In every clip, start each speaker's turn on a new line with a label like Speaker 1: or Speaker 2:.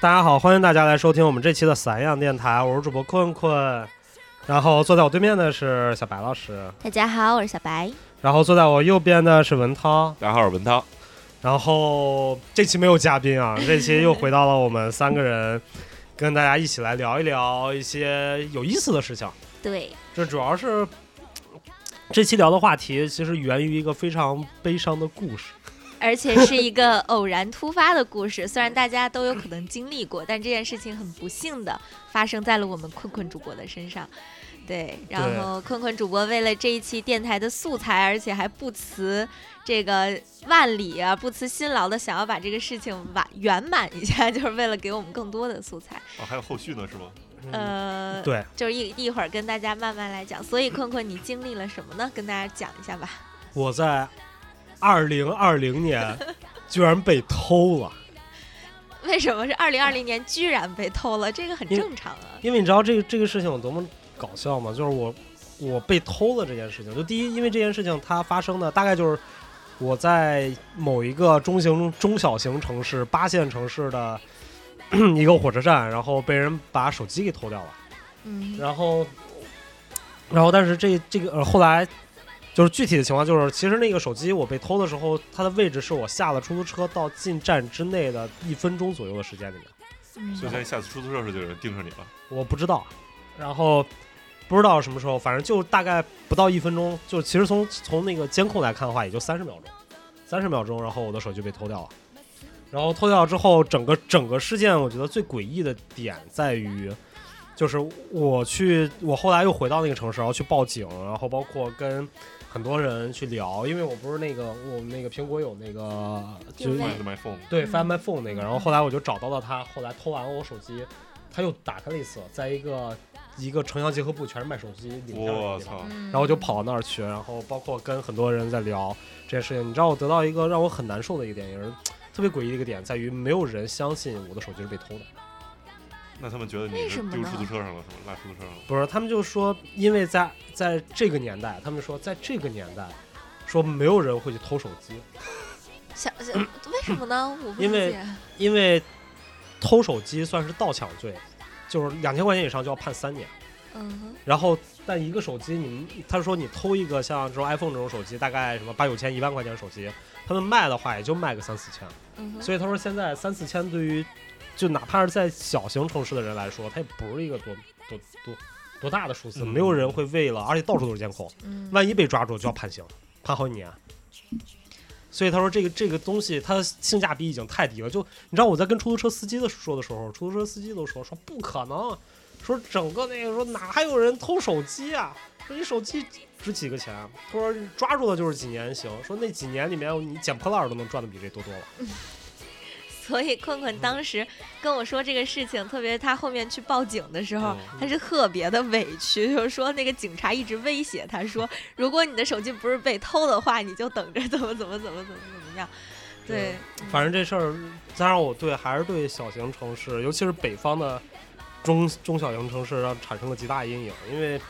Speaker 1: 大家好，欢迎大家来收听我们这期的散样电台，我是主播困困，然后坐在我对面的是小白老师，
Speaker 2: 大家好，我是小白。
Speaker 1: 然后坐在我右边的是文涛，
Speaker 3: 大家好，我是文涛。
Speaker 1: 然后这期没有嘉宾啊，这期又回到了我们三个人，跟大家一起来聊一聊一些有意思的事情。
Speaker 2: 对，
Speaker 1: 这主要是这期聊的话题，其实源于一个非常悲伤的故事。
Speaker 2: 而且是一 个偶然突发的故事，虽然大家都有可能经历过，但这件事情很不幸的发生在了我们困困主播的身上。对，然后困困主播为了这一期电台的素材，而且还不辞这个万里啊，不辞辛劳的想要把这个事情完圆满一下， 就是为了给我们更多的素材。
Speaker 3: 哦，还有后续呢，是吗？
Speaker 2: 呃，
Speaker 1: 对，
Speaker 2: 就是一一会儿跟大家慢慢来讲。所以困困，你经历了什么呢？跟大家讲一下吧。
Speaker 1: 我在二零二零年居然被偷了，
Speaker 2: 为什么是二零二零年居然被偷了？这个很
Speaker 1: 因为
Speaker 2: 正常啊。
Speaker 1: 因为你知道这个这个事情有多么搞笑吗？就是我我被偷了这件事情，就第一，因为这件事情它发生的大概就是我在某一个中型中小型城市八线城市的 一个火车站，然后被人把手机给偷掉了。
Speaker 2: 嗯，
Speaker 1: 然后，然后但是这这个呃后来就是具体的情况就是，其实那个手机我被偷的时候，它的位置是我下了出租车到进站之内的一分钟左右的时间里面，
Speaker 3: 所以在下次出租车时就有人盯上你了。
Speaker 1: 我不知道，然后不知道什么时候，反正就大概不到一分钟，就其实从从那个监控来看的话，也就三十秒钟，三十秒钟，然后我的手机被偷掉了。然后偷掉之后，整个整个事件，我觉得最诡异的点在于，就是我去，我后来又回到那个城市，然后去报警，然后包括跟很多人去聊，因为我不是那个我们那个苹果有那个就
Speaker 2: 定
Speaker 1: 是
Speaker 2: 位
Speaker 3: Find my phone。
Speaker 1: 对
Speaker 2: 嗯
Speaker 1: ，Find My Phone 那个，然后后来我就找到了他，后来偷完了我手机，他又打开了一次，在一个一个城乡结合部全是卖手机领片的
Speaker 3: 我
Speaker 1: 地
Speaker 3: 操
Speaker 1: 方，！
Speaker 2: 嗯
Speaker 1: 然后我就跑到那儿去，然后包括跟很多人在聊这件事情，你知道我得到一个让我很难受的一个点，也是特别诡异的一个点，在于没有人相信我的手机是被偷的，
Speaker 3: 那他们觉得你
Speaker 2: 为
Speaker 3: 是
Speaker 2: 什么
Speaker 3: 丢
Speaker 2: 呢
Speaker 3: 出租车上了，是吗？落出租车上了。
Speaker 1: 不是，他们就说因为在在这个年代，他们说在这个年代，说没有人会去偷手机，
Speaker 2: 想想为什么呢？我不
Speaker 1: 嗯因
Speaker 2: 理
Speaker 1: 为
Speaker 2: 解。
Speaker 1: 因为偷手机算是盗抢罪，就是两千块钱以上就要判三年。
Speaker 2: 嗯哼，
Speaker 1: 然后但一个手机你们，他说你偷一个像这种 iPhone 这种手机，大概什么八九千、一万块钱的手机，他们卖的话也就卖个三四千。
Speaker 2: 嗯哼，
Speaker 1: 所以他说现在三四千对于就哪怕是在小型城市的人来说，它也不是一个多多多多大的数字，
Speaker 3: 嗯
Speaker 1: 没有人会为了，而且到处都是监控，
Speaker 2: 嗯，
Speaker 1: 万一被抓住就要判刑，判好几年。所以他说这个这个东西它的性价比已经太低了。就你知道我在跟出租车司机的说的时候，出租车司机都说说不可能，说整个那个说哪有人偷手机啊？说你手机值几个钱？啊他说抓住了就是几年刑，说那几年里面你捡破烂儿都能赚的比这多多了。
Speaker 2: 所以困困当时跟我说这个事情，特别是他后面去报警的时候
Speaker 3: 嗯，
Speaker 2: 他是特别的委屈，就是说那个警察一直威胁他说，如果你的手机不是被偷的话，你就等着怎么怎么怎么怎么怎么样。对，嗯
Speaker 1: 反正这事儿，加上我对还是对小型城市，尤其是北方的中中小型城市，让产生了极大阴影。因为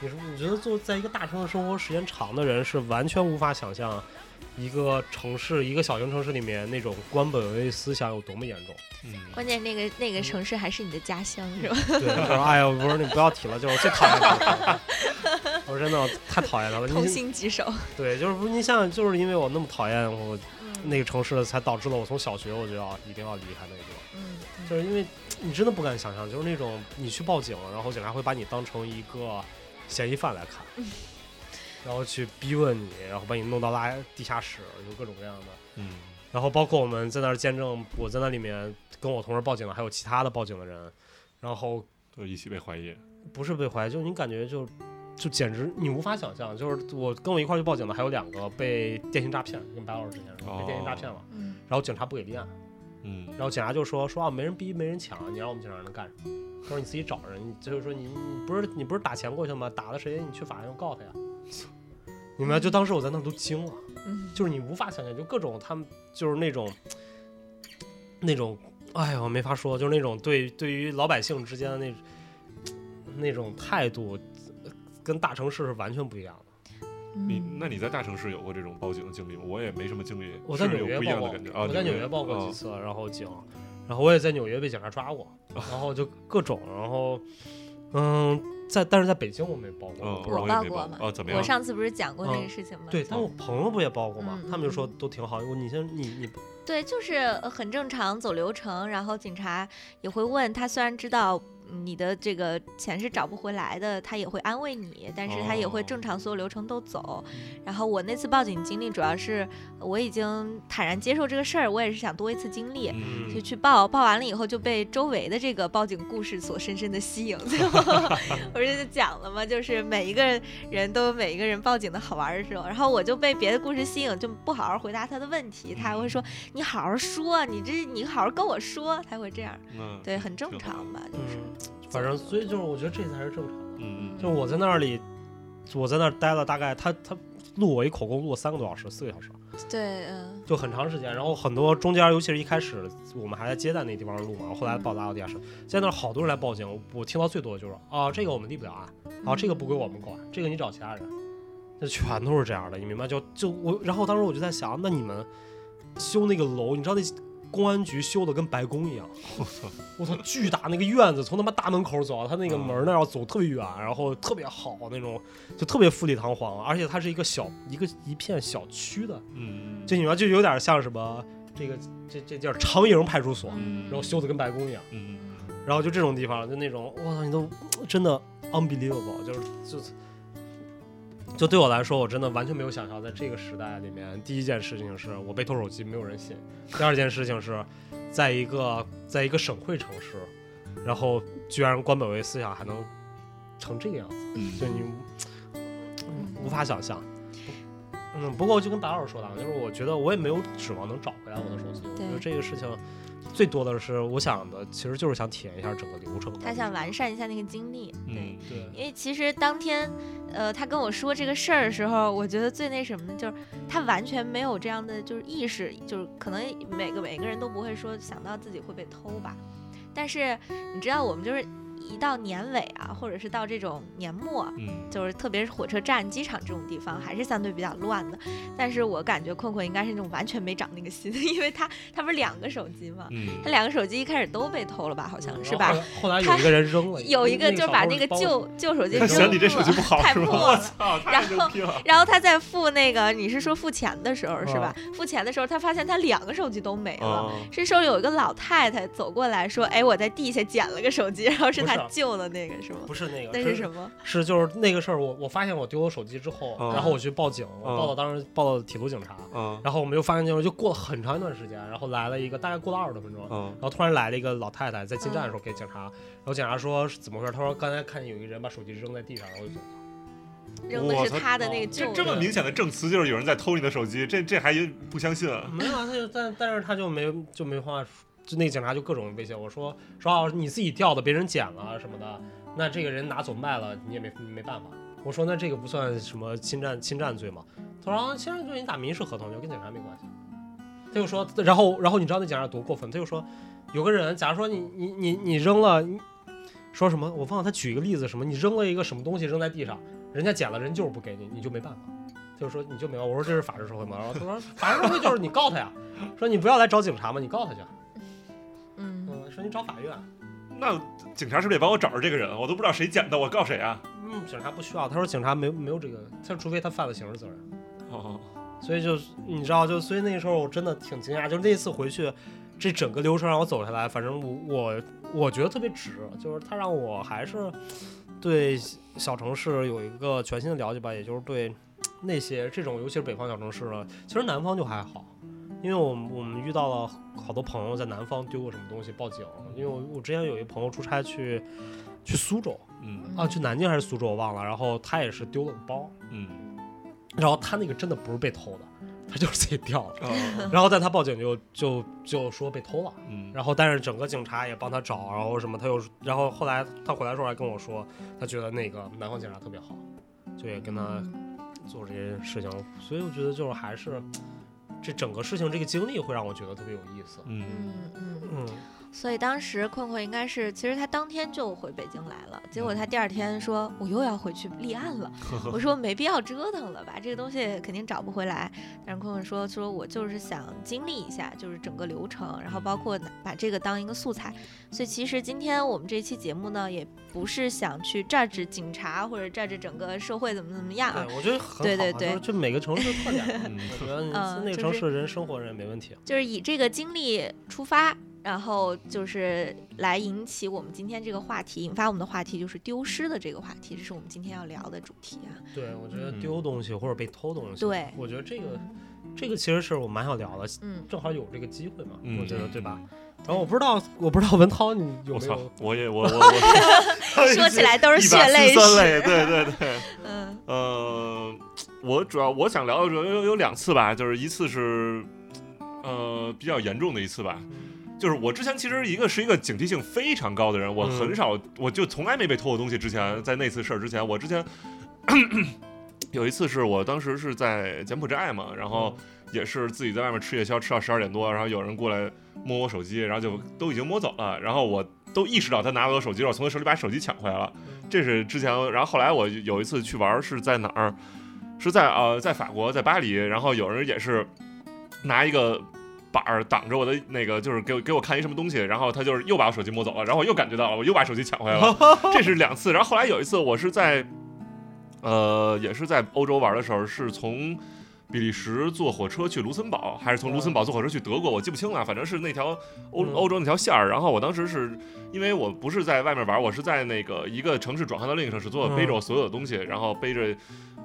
Speaker 1: 你说，你觉得就在一个大城市生活时间长的人，是完全无法想象一个城市、一个小型城市里面那种官本位思想有多么严重。
Speaker 3: 嗯，
Speaker 2: 关键那个那个城市还是你的家乡是吧？
Speaker 1: 对，我说哎呀，我说你不要提了，就是我最讨厌他了。我说真的，我太讨厌他了。
Speaker 2: 痛
Speaker 1: 你
Speaker 2: 心疾首。
Speaker 1: 对，就是不是你想，就是因为我那么讨厌我
Speaker 2: 嗯
Speaker 1: 那个城市，才导致了我从小学我就要一定要离开那个地方。
Speaker 2: 嗯，嗯
Speaker 1: 就是因为你真的不敢想象，就是那种你去报警，然后警察会把你当成一个嫌疑犯来看， 然后去逼问你，然后把你弄到拉地下室，就各种各样的。
Speaker 3: 嗯，
Speaker 1: 然后包括我们在那儿见证，我在那里面跟我同事报警的，还有其他的报警的人，然后
Speaker 3: 都一起被怀疑。
Speaker 1: 不是被怀疑，就是你感觉就就简直你无法想象，就是我跟我一块儿去报警的还有两个被电信诈骗，跟白老师之前说被电信诈骗了，
Speaker 2: 嗯
Speaker 1: 然后警察不给立案。
Speaker 3: 嗯
Speaker 1: 然后警察就说说啊，没人逼，没人抢，你让我们警察能干什么？他说你自己找人，你就是说你你不是你不是打钱过去的吗？打了谁？你去法院告他呀！ 你们就当时我在那儿都惊了，
Speaker 2: 嗯
Speaker 1: 就是你无法想象，就各种他们就是那种那种，哎呀，我没法说，就是那种对对于老百姓之间的那那种态度，跟大城市是完全不一样的。
Speaker 3: 你
Speaker 2: 嗯，
Speaker 3: 那你在大城市有过这种报警的经历吗？我也没什么经历，
Speaker 1: 我在
Speaker 3: 是
Speaker 1: 纽
Speaker 3: 有
Speaker 1: 约
Speaker 3: 不一
Speaker 1: 报
Speaker 3: 样的
Speaker 1: 过
Speaker 3: 感觉，啊。
Speaker 1: 我在纽约报过
Speaker 3: 啊
Speaker 1: 几次，然后警，然后我也在纽约被警察抓 过，然后就各种，然后嗯，在但是在北京我没报过，
Speaker 3: 哦，
Speaker 1: 不知道
Speaker 2: 我
Speaker 3: 我
Speaker 2: 报
Speaker 3: 也没
Speaker 2: 过
Speaker 3: 报
Speaker 2: 嘛
Speaker 3: 哦，怎么
Speaker 2: 我
Speaker 3: 样？
Speaker 2: 上次不是讲过那个
Speaker 1: 嗯
Speaker 2: 事情吗？
Speaker 1: 对，但我朋友不也报过吗？
Speaker 2: 嗯
Speaker 1: 他们就说
Speaker 2: 嗯嗯
Speaker 1: 都挺好。我你先你你
Speaker 2: 对，就是呃很正常，走流程，然后警察也会问他，虽然知道嗯你的这个钱是找不回来的，他也会安慰你，但是他也会
Speaker 3: 哦
Speaker 2: 正常所有流程都走。然后我那次报警经历，主要是我已经坦然接受这个事儿，我也是想多一次经历。
Speaker 3: 嗯
Speaker 2: 就去报，报完了以后就被周围的这个报警故事所深深的吸引。最后 我这就讲了嘛，就是每一个人都有每一个人报警的好玩儿的时候，然后我就被别的故事吸引，就不好好回答他的问题，他还会
Speaker 3: 嗯
Speaker 2: 说你好好说，你这你好好跟我说，他会这样，
Speaker 3: 嗯，
Speaker 2: 对，很正
Speaker 3: 挺好
Speaker 2: 常吧，就
Speaker 1: 嗯
Speaker 2: 是，
Speaker 1: 反正所以就是我觉得这才是正常的。
Speaker 3: 嗯嗯，
Speaker 1: 就是我在那里，我在那儿待了大概他他录我一口供录了三个多小时，四个小时，
Speaker 2: 对，嗯
Speaker 1: 就很长时间。然后很多中间，尤其是一开始我们还在接待那地方录嘛，后来到达到地下室，在那儿好多人来报警，我我听到最多的就是啊这个我们立不了案，啊这个不归我们管，这个你找其他人，那全都是这样的，你明白？就就我，然后当时我就在想，那你们修那个楼，你知道那。公安局修的跟白宫一样，
Speaker 3: 我操，
Speaker 1: 我操，巨大那个院子，从他妈大门口走，他那个门儿那儿要走特别远，然后特别好那种，就特别富丽堂皇，而且它是一个小一个一片小区的，
Speaker 3: 嗯
Speaker 1: 就你们就有点像什么这个这这叫长营派出所，
Speaker 2: 嗯
Speaker 1: 然后修的跟白宫一样，
Speaker 3: 嗯嗯
Speaker 1: 然后就这种地方，就那种我操，你都真的 unbelievable，就是就是。就对我来说，我真的完全没有想象，在这个时代里面，第一件事情是我被偷手机，没有人信；第二件事情是，在一个在一个省会城市，然后居然关本位思想还能成这个样子，就你无无法想象。嗯，不过就跟白老师说的啊，就是我觉得我也没有指望能找回来我的手机。我觉得
Speaker 2: 对
Speaker 1: 这个事情最多的是我想的，其实就是想体验一下整个流程。
Speaker 2: 他想完善一下那个经历，对。
Speaker 3: 嗯，
Speaker 1: 对，
Speaker 2: 因为其实当天，呃，他跟我说这个事儿的时候，我觉得最那什么的就是他完全没有这样的就是意识，就是可能每个每个人都不会说想到自己会被偷吧。但是你知道，我们就是一到年尾啊，或者是到这种年末，
Speaker 3: 嗯
Speaker 2: 就是特别是火车站、机场这种地方，还是相对比较乱的。但是我感觉困困应该是那种完全没长那个心， 因为他他不是两个手机嘛，
Speaker 3: 嗯
Speaker 2: 他两个手机一开始都被偷了吧，好像
Speaker 1: 嗯
Speaker 2: 是
Speaker 1: 然
Speaker 2: 吧
Speaker 1: 后？后来后来有一个人扔了，
Speaker 2: 有一个就是把
Speaker 1: 那
Speaker 2: 那个旧旧手机
Speaker 1: 他
Speaker 2: 扔
Speaker 1: 嫌你
Speaker 3: 这手机不
Speaker 2: 了
Speaker 3: 好
Speaker 2: 太
Speaker 3: 是吧
Speaker 2: 破
Speaker 3: 我
Speaker 2: 了。
Speaker 3: 操，太
Speaker 2: 然
Speaker 3: 牛
Speaker 2: 后
Speaker 3: 逼了，
Speaker 2: 然后他在付那个，你是说付钱的时候是
Speaker 1: 啊
Speaker 2: 吧？付钱的时候，他发现他两个手机都没了。
Speaker 3: 啊，
Speaker 2: 这时候有一个老太太走过来说：“哎，我在地下捡了个手机，然后是
Speaker 1: 不
Speaker 2: 他
Speaker 1: 是啊
Speaker 2: 旧的那个，是吗
Speaker 1: 不是那？”个，
Speaker 2: 那是什么？
Speaker 1: 是就是那个事儿，我我发现我丢了手机之后，
Speaker 3: 嗯
Speaker 1: 然后我去报警，我
Speaker 3: 嗯
Speaker 1: 报到当时报到铁路警察，
Speaker 3: 嗯
Speaker 1: 然后我们就发现这种，就过了很长一段时间，然后来了一个大概过了二十多分钟，
Speaker 3: 嗯
Speaker 1: 然后突然来了一个老太太，在进站的时候给警察，然后警察说是怎么回事？她说刚才看见有一个人把手机扔在地上，然后就走了。
Speaker 2: 扔的
Speaker 3: 我
Speaker 2: 是
Speaker 3: 操
Speaker 2: 他的那个
Speaker 1: 哦
Speaker 2: 旧
Speaker 3: 这
Speaker 2: 的。
Speaker 3: 么明显的证词就是有人在偷你的手机，这这还不相信啊？
Speaker 1: 没有啊，他就但但是他就没就没话说，就那个警察就各种威胁我说说啊你自己掉的，别人捡了啊什么的，那这个人拿走卖了，你也没没办法。我说那这个不算什么侵占侵占罪吗？他说啊侵占罪你打民事合同，就跟警察没关系。他就说，然后然后你知道那警察多过分？他就说有个人，假如说你你你你扔了，你说什么我忘了，他举一个例子什么，你扔了一个什么东西扔在地上，人家捡了，人就是不给你，你就没办法。就是说你就没有，我说这是法治社会吗？然后他说法治社会就是你告他呀，说你不要来找警察嘛，你告他去，
Speaker 2: 嗯，
Speaker 1: 嗯，说你找法院，
Speaker 3: 那警察是不是得帮我找着这个人？啊我都不知道谁捡的，我告谁啊？
Speaker 1: 嗯，警察不需要，他说警察没没有这个，他除非他犯了刑事责任，
Speaker 3: 哦，
Speaker 1: 所以就是你知道，就所以那时候我真的挺惊讶，就是那次回去，这整个流程让我走下来，反正我我我觉得特别值，就是他让我还是对小城市有一个全新的了解吧，也就是对那些这种尤其是北方小城市了，其实南方就还好，因为我们我们遇到了好多朋友在南方丢过什么东西报警，因为我我之前有一朋友出差去去苏州
Speaker 3: 嗯
Speaker 1: 啊，去南京还是苏州我忘了，然后他也是丢了个包，
Speaker 3: 嗯，
Speaker 1: 然后他那个真的不是被偷的，
Speaker 2: 嗯
Speaker 1: 他就是自己掉的。
Speaker 3: 哦
Speaker 1: 然后但他报警就就就说被偷了，
Speaker 3: 嗯，
Speaker 1: 然后但是整个警察也帮他找，然后什么他又，然后后来他回来的时候还跟我说，他觉得那个南方警察特别好，就也跟他
Speaker 2: 嗯
Speaker 1: 做这些事情，所以我觉得就是还是这整个事情这个经历会让我觉得特别有意思。
Speaker 3: 嗯，
Speaker 2: 嗯嗯，
Speaker 1: 嗯，
Speaker 2: 所以当时困困应该是，其实他当天就回北京来了，结果他第二天说我又要回去立案了，我说没必要折腾了吧，这个东西肯定找不回来。但是困困说说我就是想经历一下，就是整个流程，然后包括把这个当一个素材。所以其实今天我们这期节目呢，也不是想去 judge 警察或者 judge 整个社会怎么怎么样啊，
Speaker 1: 对，我觉得很好啊，
Speaker 2: 对对对
Speaker 1: 就是这每个城市的特点嘛。
Speaker 3: 嗯
Speaker 1: 我觉得你
Speaker 2: 嗯
Speaker 1: 那个
Speaker 2: 就
Speaker 1: 城
Speaker 2: 是
Speaker 1: 市的人生活人没问题。
Speaker 2: 就是以这个经历出发，然后就是来引起我们今天这个话题，引发我们的话题就是丢失的这个话题，这是我们今天要聊的主题啊。
Speaker 1: 对，我觉得
Speaker 3: 嗯
Speaker 1: 丢东西或者被偷东西，
Speaker 2: 对
Speaker 1: 我觉得这个这个其实是我蛮想聊的，
Speaker 2: 嗯，
Speaker 1: 正好有这个机会嘛，
Speaker 3: 嗯
Speaker 1: 我觉得对吧？然后我不知道，我不知道文涛你有
Speaker 3: 我
Speaker 1: 没
Speaker 3: 操
Speaker 1: 有，
Speaker 3: 我也我 我我，
Speaker 2: 说起来都是
Speaker 3: 一
Speaker 2: 血
Speaker 3: 把
Speaker 2: 泪
Speaker 3: 辛酸
Speaker 2: 史。
Speaker 3: 泪，对对对。
Speaker 2: 嗯
Speaker 3: 呃，我主要我想聊的主要有有两次吧，就是一次是呃比较严重的一次吧，就是我之前其实一个是一个警惕性非常高的人，我
Speaker 1: 嗯
Speaker 3: 很少、我就从来没被偷过东西。之前在那次事儿之前，我之前 有一次是我当时是在柬埔寨嘛，然后也是自己在外面吃夜宵，吃到十二点多，然后有人过来摸我手机，然后就都已经摸走了，然后我都意识到他拿了我手机，我从他手里把手机抢回来了。这是之前，然后后来我有一次去玩儿是在哪儿？是在呃，在法国，在巴黎，然后有人也是拿一个板儿挡着我的那个，就是给我给我看一什么东西，然后他就是又把我手机摸走了，然后我又感觉到了，我又把手机抢回来了，这是两次。然后后来有一次我是在呃，也是在欧洲玩的时候，是从比利时坐火车去卢森堡，还是从卢森堡坐火车去德国，我记不清了，反正是那条欧
Speaker 1: 嗯
Speaker 3: 欧洲那条线儿。然后我当时是因为我不是在外面玩，我是在那个一个城市转换到另一个城市，所以我背着我所有的东西，然后背着。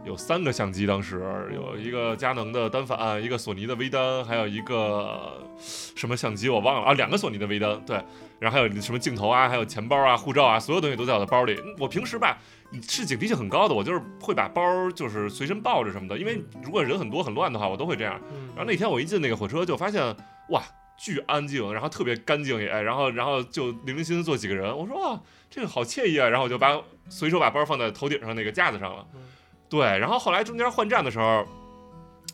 Speaker 3: 有三个相机，当时有一个佳能的单反，一个索尼的微单，还有一个什么相机我忘了啊，两个索尼的微单，对，然后还有什么镜头啊，还有钱包啊、护照啊，所有东西都在我的包里。我平时吧是警惕性很高的，我就是会把包就是随身抱着什么的，因为如果人很多很乱的话，我都会这样。
Speaker 1: 嗯
Speaker 3: 然后那天我一进那个火车就发现，哇，巨安静，然后特别干净也，哎然后然后就零零星星坐几个人，我说哇，这个好惬意啊，然后我就把随手把包放在头顶上那个架子上了
Speaker 1: 嗯。
Speaker 3: 对，然后后来中间换站的时候，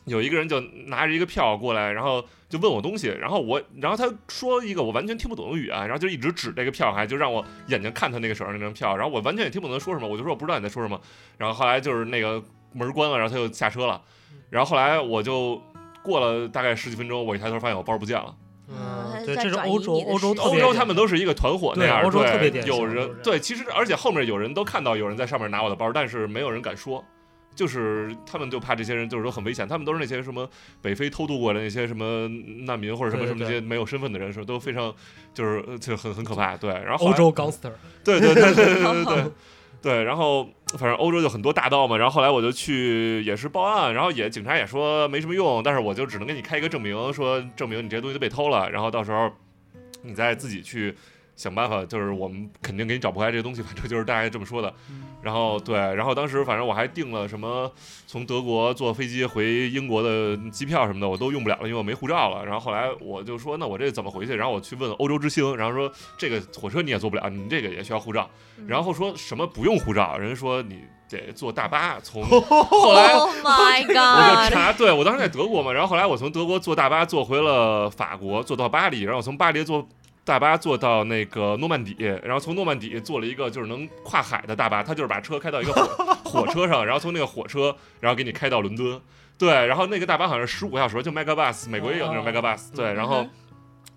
Speaker 3: 有一个人就拿着一个票过来，然后就问我东西，然后我，然后他说一个我完全听不懂的语言、然后就一直指这个票，还就让我眼睛看他那个手上那张票，然后我完全也听不懂他说什么，我就说我不知道你在说什么，然后后来就是那个门关了，然后他就下车了，
Speaker 1: 嗯
Speaker 3: 然后后来我就过了大概十几分钟，我一抬头发现我包不见了。
Speaker 2: 嗯
Speaker 1: 对，
Speaker 2: 在
Speaker 1: 这是
Speaker 2: 转移
Speaker 1: 欧洲
Speaker 2: 你的
Speaker 1: 欧洲
Speaker 2: 视
Speaker 1: 特
Speaker 2: 线
Speaker 3: 欧
Speaker 1: 别
Speaker 3: 洲他们都是一个团伙那样，
Speaker 1: 对欧洲
Speaker 3: 对
Speaker 1: 特别典型
Speaker 3: 有
Speaker 1: 都
Speaker 3: 人
Speaker 1: 是这样
Speaker 3: 对，其实而且后面有人都看到有人在上面拿我的包，但是没有人敢说。就是他们就怕这些人，就是说很危险。他们都是那些什么北非偷渡过来那些什么难民或者什么
Speaker 1: 对
Speaker 3: 什
Speaker 1: 对
Speaker 3: 么这些没有身份的人，是都非常就是呃就很很可怕。对，然后后
Speaker 1: 欧
Speaker 3: 来
Speaker 1: 洲 gangster，
Speaker 3: 对对对对对对对对，然后反正欧洲就很多大盗嘛，然后后来我就去也是报案，然后也警察也说没什么用，但是我就只能给你开一个证明，说证明你这些东西都被偷了，然后到时候你再自己去想办法，就是我们肯定给你找不回来这些东西，反正就是大概这么说的。然后对，然后当时反正我还订了什么从德国坐飞机回英国的机票什么的，我都用不了了，因为我没护照了。然后后来我就说那我这怎么回去？然后我去问欧洲之星，然后说这个火车你也坐不了，你这个也需要护照。然后说什么不用护照，人家说你得坐大巴从后来。
Speaker 2: ，Oh my
Speaker 3: 我就
Speaker 2: God，
Speaker 3: 查，对我当时在德国嘛，然后后来我从德国坐大巴坐回了法国，坐到巴黎，然后我从巴黎坐大巴坐到那个诺曼底，然后从诺曼底坐了一个就是能跨海的大巴，他就是把车开到一个火火车上，然后从那个火车，然后给你开到伦敦。对，然后那个大巴好像是十五个小时，就 mega bus，美国也有那种 mega bus，对，然后
Speaker 2: 嗯。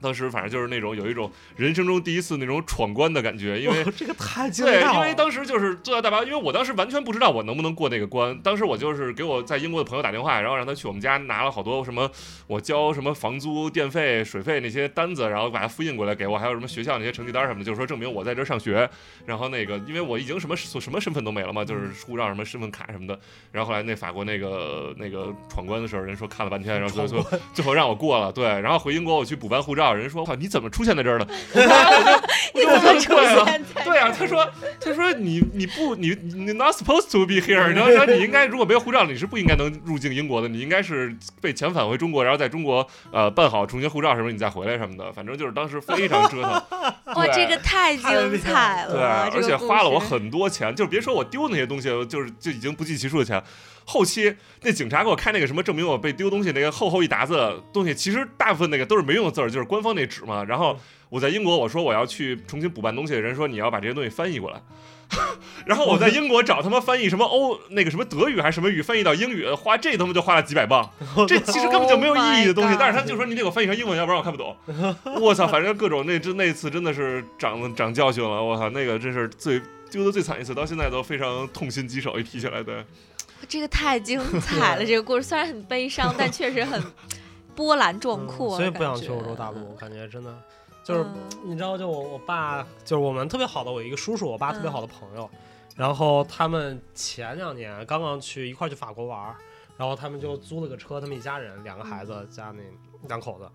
Speaker 3: 当时反正就是那种有一种人生中第一次那种闯关的感觉，因为
Speaker 1: 哇这个太惊
Speaker 3: 对，
Speaker 1: 讶
Speaker 3: 因
Speaker 1: 了，
Speaker 3: 为当时就是坐在大巴，因为我当时完全不知道我能不能过那个关。当时我就是给我在英国的朋友打电话，然后让他去我们家拿了好多什么我交什么房租、电费、水费那些单子，然后把它复印过来给我，还有什么学校那些成绩单什么的，就是说证明我在这儿上学。然后那个，因为我已经什么什么身份都没了嘛，就是
Speaker 2: 嗯
Speaker 3: 护照、什么身份卡什么的。然后后来那法国那个那个闯关的时候，人说看了半天，然后最后最后最后让我过了。对，然后回英国我去补办护照，人说哇你怎么出现在这儿的？
Speaker 2: 你怎么出
Speaker 3: 对啊
Speaker 2: 现在？
Speaker 3: 对啊，他说，他说你你不你你 not supposed to be here，然后说你应该如果没有护照，你是不应该能入境英国的，你应该是被遣返回中国，然后在中国呃办好重新护照什么，你再回来什么的，反正就是当时非常折腾。
Speaker 2: 哇，这个太精彩
Speaker 3: 对，啊
Speaker 2: 了，这个
Speaker 3: 而且花了我
Speaker 2: 故事
Speaker 3: 很多钱，就是别说我丢那些东西，就是就已经不计其数的钱。后期那警察给我开那个什么证明我被丢东西那个厚厚一沓子东西，其实大部分那个都是没用的字儿，就是官方那纸嘛。然后我在英国，我说我要去重新补办东西，人说你要把这些东西翻译过来。 然后我在英国找他妈翻译什么欧那个什么德语还是什么语翻译到英语，花这他妈就花了几 百磅，这其实根本就没有意义的东
Speaker 2: Oh my
Speaker 3: 西
Speaker 2: God。
Speaker 3: 但是他们就说你得给我翻译成英文，要不然我看不懂。我操，反正各种那真那次真的是长长教训了，我操，那个真是最丢的最惨一次，到现在都非常痛心疾首。一提起来，对，
Speaker 2: 这个太精彩了，这个故事虽然很悲伤，但确实很波澜壮
Speaker 1: 嗯
Speaker 2: 阔、
Speaker 1: 所以不想去欧洲大陆，我感觉真的就是
Speaker 2: 嗯
Speaker 1: 你知道，就我我爸，就是我们特别好的，我一个叔叔，我爸特别好的朋友，然后他们前两年刚刚去一块儿去法国玩儿，然后他们就租了个车，他们一家人两个孩子加那两口子，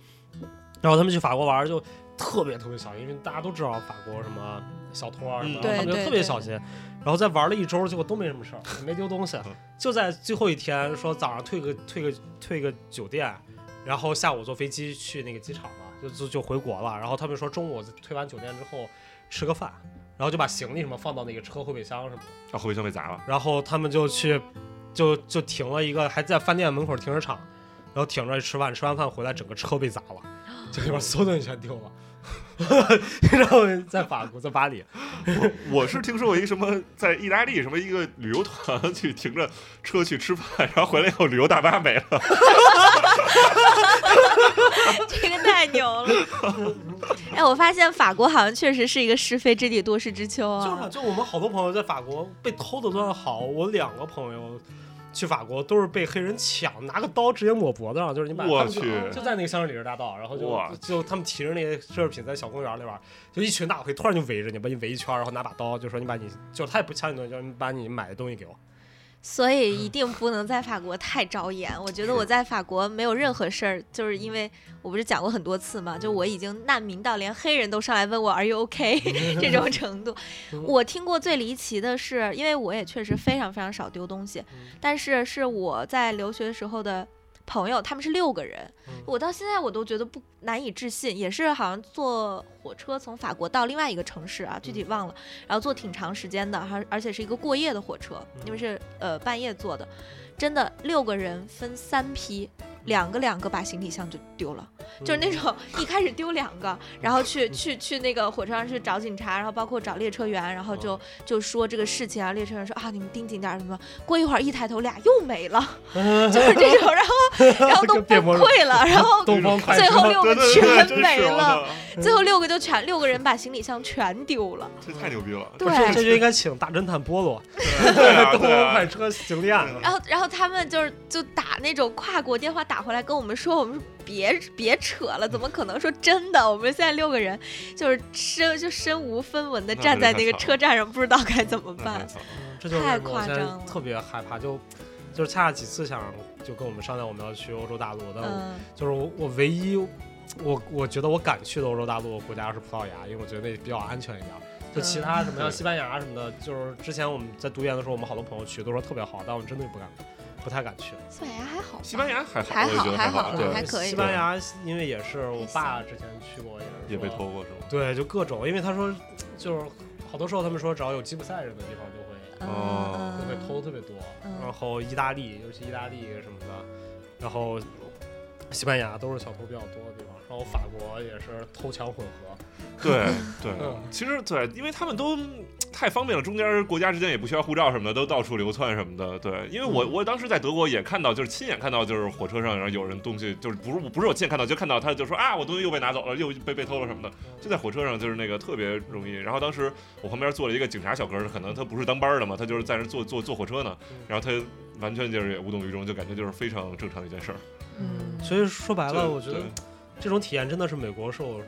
Speaker 1: 然后他们去法国玩儿就特别特别小心，因为大家都知道法国什么小偷啊什么
Speaker 3: 嗯
Speaker 1: 的，他们
Speaker 2: 对
Speaker 1: 就
Speaker 2: 对
Speaker 1: 特别
Speaker 2: 对
Speaker 1: 小心。然后再玩了一周，结果都没什么事儿，也没丢东西
Speaker 3: 嗯。
Speaker 1: 就在最后一天说早上退个退个退个酒店，然后下午坐飞机去那个机场了，就就就回国了。然后他们说中午退完酒店之后吃个饭，然后就把行李什么放到那个车后备箱什么的。
Speaker 3: 啊，后备箱被砸了，
Speaker 1: 然后他们就去，就就停了一个，还在饭店门口停车场，然后停着吃饭，吃完饭回来整个车被砸了，这里边所有东西全丢了。 然后在法国，在巴黎，
Speaker 3: 我是听说过一个什么在意大利什么一个旅游团 去停着车去吃饭，然后回来以后旅游大巴没了。
Speaker 2: 这个太牛了。哎，我发现法国好像确实是一个是非之地、多事之秋
Speaker 1: 就是啊
Speaker 2: 啊。
Speaker 1: 就我们好多朋友在法国被偷的算好，我两个朋友去法国都是被黑人抢，拿个刀直接抹脖子上，就是你把
Speaker 3: 我
Speaker 1: 他们就
Speaker 3: 去
Speaker 1: 就在那个香榭里大道，然后就
Speaker 3: 哇
Speaker 1: 就他们提着那些奢侈品在小公园里边，就一群大黑突然就围着你，把你围一圈，然后拿把刀就说你把你就是他也不抢你东西，就是你把你买的东西给我。
Speaker 2: 所以一定不能在法国太招眼。我觉得我在法国没有任何事儿，就是因为我不是讲过很多次嘛，就我已经难民到连黑人都上来问我 “Are you OK” 这种程度。 我听过最离奇的是，因为我也确实非常非常少丢东西，但是是我在留学时候的朋友，他们是六个人
Speaker 1: 嗯，
Speaker 2: 我到现在我都觉得不难以置信，也是好像坐火车从法国到另外一个城市啊，具体忘了，然后坐挺长时间的，还而且是一个过夜的火车，因
Speaker 1: 嗯
Speaker 2: 为是呃半夜坐的，真的六个人分三批。两个两个把行李箱就丢了，就是
Speaker 1: 嗯
Speaker 2: 那种一开始丢两个，然后去去去那个火车上去找警察，然后包括找列车员，然后
Speaker 1: 哦
Speaker 2: 就就说这个事情啊，列车员说啊你们盯紧点儿什么，过一会儿一抬头俩又没 了，就是这种，然后然后都
Speaker 1: 跟
Speaker 2: 崩
Speaker 1: 变魔术
Speaker 2: 溃了，然后
Speaker 1: 嗯东
Speaker 3: 嗯
Speaker 1: 方快
Speaker 2: 最后
Speaker 1: 车
Speaker 2: 六
Speaker 3: 对
Speaker 2: 个
Speaker 3: 对对对，
Speaker 2: 全
Speaker 3: 真
Speaker 2: 没
Speaker 3: 是我
Speaker 2: 了，
Speaker 3: 操，
Speaker 2: 最后六个就全六个人把行李箱全丢了，
Speaker 3: 这太牛逼了。
Speaker 2: 对
Speaker 1: 这就应该请大侦探波罗，
Speaker 3: 对啊，
Speaker 1: 东
Speaker 3: 对
Speaker 1: 方
Speaker 3: 啊
Speaker 1: 快车行李案。
Speaker 2: 然后然后他们就是就打那种跨国电话打回来跟我们说，我们说别别扯了，怎么可能说真的？我们现在六个人就是身就身无分文的
Speaker 3: 那
Speaker 2: 站
Speaker 3: 真
Speaker 2: 在
Speaker 3: 太
Speaker 2: 那个
Speaker 3: 惨
Speaker 2: 车站上，不知道该怎么
Speaker 3: 那太
Speaker 2: 办。
Speaker 3: 惨了
Speaker 1: 这就是我
Speaker 2: 太夸
Speaker 1: 现
Speaker 2: 张
Speaker 1: 在
Speaker 2: 了
Speaker 1: 特别害怕，就就是恰恰几次想就跟我们商量我们要去欧洲大陆，但我
Speaker 2: 嗯，
Speaker 1: 就是我我唯一我我觉得我敢去的欧洲大陆国家是葡萄牙，因为我觉得那比较安全一点儿。就其他什么像
Speaker 3: 嗯
Speaker 1: 西班牙什么的，就是之前我们在读研的时候，我们好多朋友去都说特别好，但我真的不敢，不太敢去。啊
Speaker 2: 西班牙还好吧，
Speaker 3: 西班牙还好，
Speaker 2: 还
Speaker 3: 我也
Speaker 2: 好
Speaker 3: 觉得
Speaker 2: 还
Speaker 3: 好，
Speaker 2: 好
Speaker 3: 对
Speaker 2: 还，可以
Speaker 1: 西班牙因为也是我爸之前去过，也是
Speaker 3: 也被
Speaker 1: 说
Speaker 3: 偷。过是吗？
Speaker 1: 对，就各种，因为他说就是好多时候他们说只要有吉普赛人的地方就会
Speaker 2: 嗯
Speaker 3: 哦
Speaker 1: 就会
Speaker 2: 嗯
Speaker 1: 偷特别多
Speaker 2: 嗯。
Speaker 1: 然后意大利，尤其意大利什么的，然后西班牙都是小偷比较多的地方。然后法国也是偷抢混合，
Speaker 3: 对对
Speaker 1: 嗯，
Speaker 3: 其实对，因为他们都太方便了，中间国家之间也不需要护照什么的，都到处流窜什么的。对，因为
Speaker 1: 嗯
Speaker 3: 我我当时在德国也看到，就是亲眼看到，就是火车上然后有人东西，就是不是不是我亲眼看到，就看到他就说啊，我东西又被拿走了，又被被偷了什么的，就在火车上就是那个特别容易。然后当时我旁边坐了一个警察小哥，可能他不是当班儿的嘛，他就是在那坐坐坐火车呢，
Speaker 1: 嗯
Speaker 3: 然后他完全就是也无动于衷，就感觉就是非常正常的一件事儿。
Speaker 2: 嗯
Speaker 1: 所以说白了，
Speaker 3: 就
Speaker 1: 我觉得
Speaker 3: 对
Speaker 1: 这种体验真的是美国是我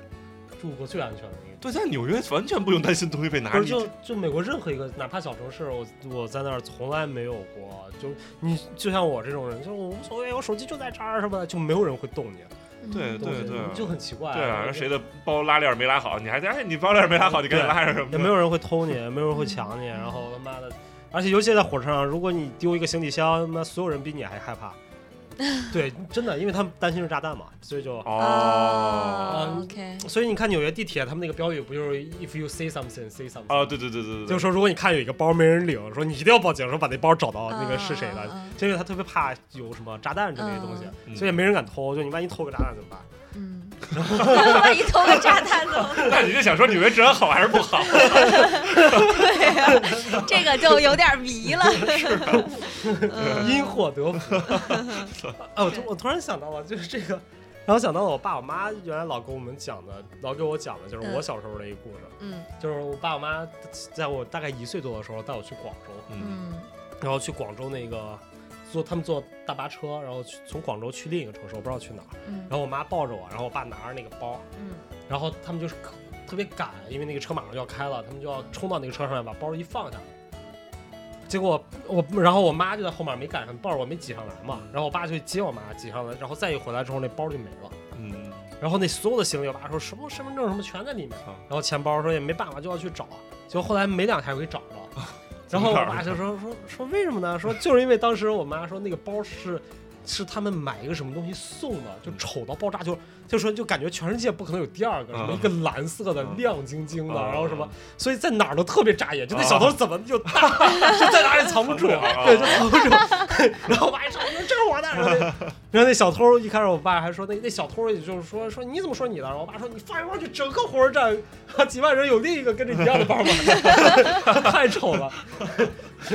Speaker 1: 住过最安全的一个。
Speaker 3: 对，在纽约完全不用担心东西被拿，
Speaker 1: 不是
Speaker 3: 你
Speaker 1: 就就美国任何一个哪怕小城市，我我在那儿从来没有过，就你就像我这种人，就我无所谓，我手机就在这儿什么的，就没有人会动你，
Speaker 3: 对
Speaker 2: 嗯
Speaker 1: 动你
Speaker 3: 对对
Speaker 1: 就很奇怪。
Speaker 3: 对啊，
Speaker 1: 就
Speaker 3: 然后谁的包拉链没拉好，你还在哎，你包链没拉好，你赶紧拉上什么
Speaker 1: 也
Speaker 3: 的？
Speaker 1: 没有人会偷你，也没有人会抢你，然 后他妈的，而且尤其在火车上，如果你丢一个行李箱，他妈所有人比你还害怕，对，真的，因为他们担心是炸弹嘛，所以就，
Speaker 3: 哦
Speaker 2: 哦
Speaker 1: 嗯
Speaker 2: ，OK，
Speaker 1: 所以你看纽约地铁他们那个标语不就是 If you see something, say something，、
Speaker 3: 啊，对对对对对，
Speaker 1: 就是说如果你看有一个包没人领，说你一定要报警，说把那包找到那个
Speaker 2: 嗯
Speaker 1: 是谁的，
Speaker 2: 嗯嗯
Speaker 1: 就是他特别怕有什么炸弹之类的东西，
Speaker 3: 嗯
Speaker 1: 所以也没人敢偷，就你万一偷个炸弹怎么办？
Speaker 2: 嗯， 万一偷个炸弹呢？
Speaker 3: 那你就想说纽约治安好还是不好？
Speaker 2: 对呀、 这个就有点迷 了。
Speaker 3: 啊
Speaker 1: 因祸得福。哎，我突我突然想到了，就是这个，然后想到了我爸我妈原来老跟我们讲的，老给我讲的就是我
Speaker 2: 嗯
Speaker 1: 小时候的一个故事，
Speaker 2: 嗯
Speaker 1: 就是我爸我妈在我大概一岁多的时候带我去广州，
Speaker 3: 嗯
Speaker 2: 嗯
Speaker 1: 然后去广州那个坐他们坐大巴车，然后去从广州去另一个城市，我不知道去哪儿，
Speaker 2: 嗯
Speaker 1: 然后我妈抱着我，然后我爸拿着那个包，
Speaker 2: 嗯
Speaker 1: 然后他们就是可特别赶，因为那个车马上就要开了，他们就要冲到那个车上面把包一放下。结果我，然后我妈就在后面没赶上，抱着我没挤上来嘛。然后我爸就去接我妈，挤上来，然后再一回来之后，那包就没了。
Speaker 3: 嗯，
Speaker 1: 然后那所有的行李，我爸说什么身份证什么全在里面
Speaker 3: 啊。
Speaker 1: 然后钱包说也没办法，就要去找。结果后来没两下就给找着。
Speaker 3: 啊
Speaker 1: 然后我爸就说说说为什么呢？说就是因为当时我妈说那个包是是他们买一个什么东西送的，
Speaker 3: 嗯
Speaker 1: 就丑到爆炸，就就说就感觉全世界不可能有第二个，什么一
Speaker 3: 啊
Speaker 1: 个蓝色的
Speaker 3: 啊
Speaker 1: 亮晶晶的，
Speaker 3: 啊
Speaker 1: 然后什么，所以在哪儿都特别扎眼，就那
Speaker 3: 啊
Speaker 1: 小偷怎么就大， 就在哪里藏不住，
Speaker 3: 藏不了啊
Speaker 1: 对，就藏不住。 然后我爸一说这是我的，然后 那然后那小偷一开始，我爸还说那那小偷也就是说说你怎么说你的？然后我爸说你放一块儿去，整个火车站几万人有另一个跟这一样的包吗？ 太丑了。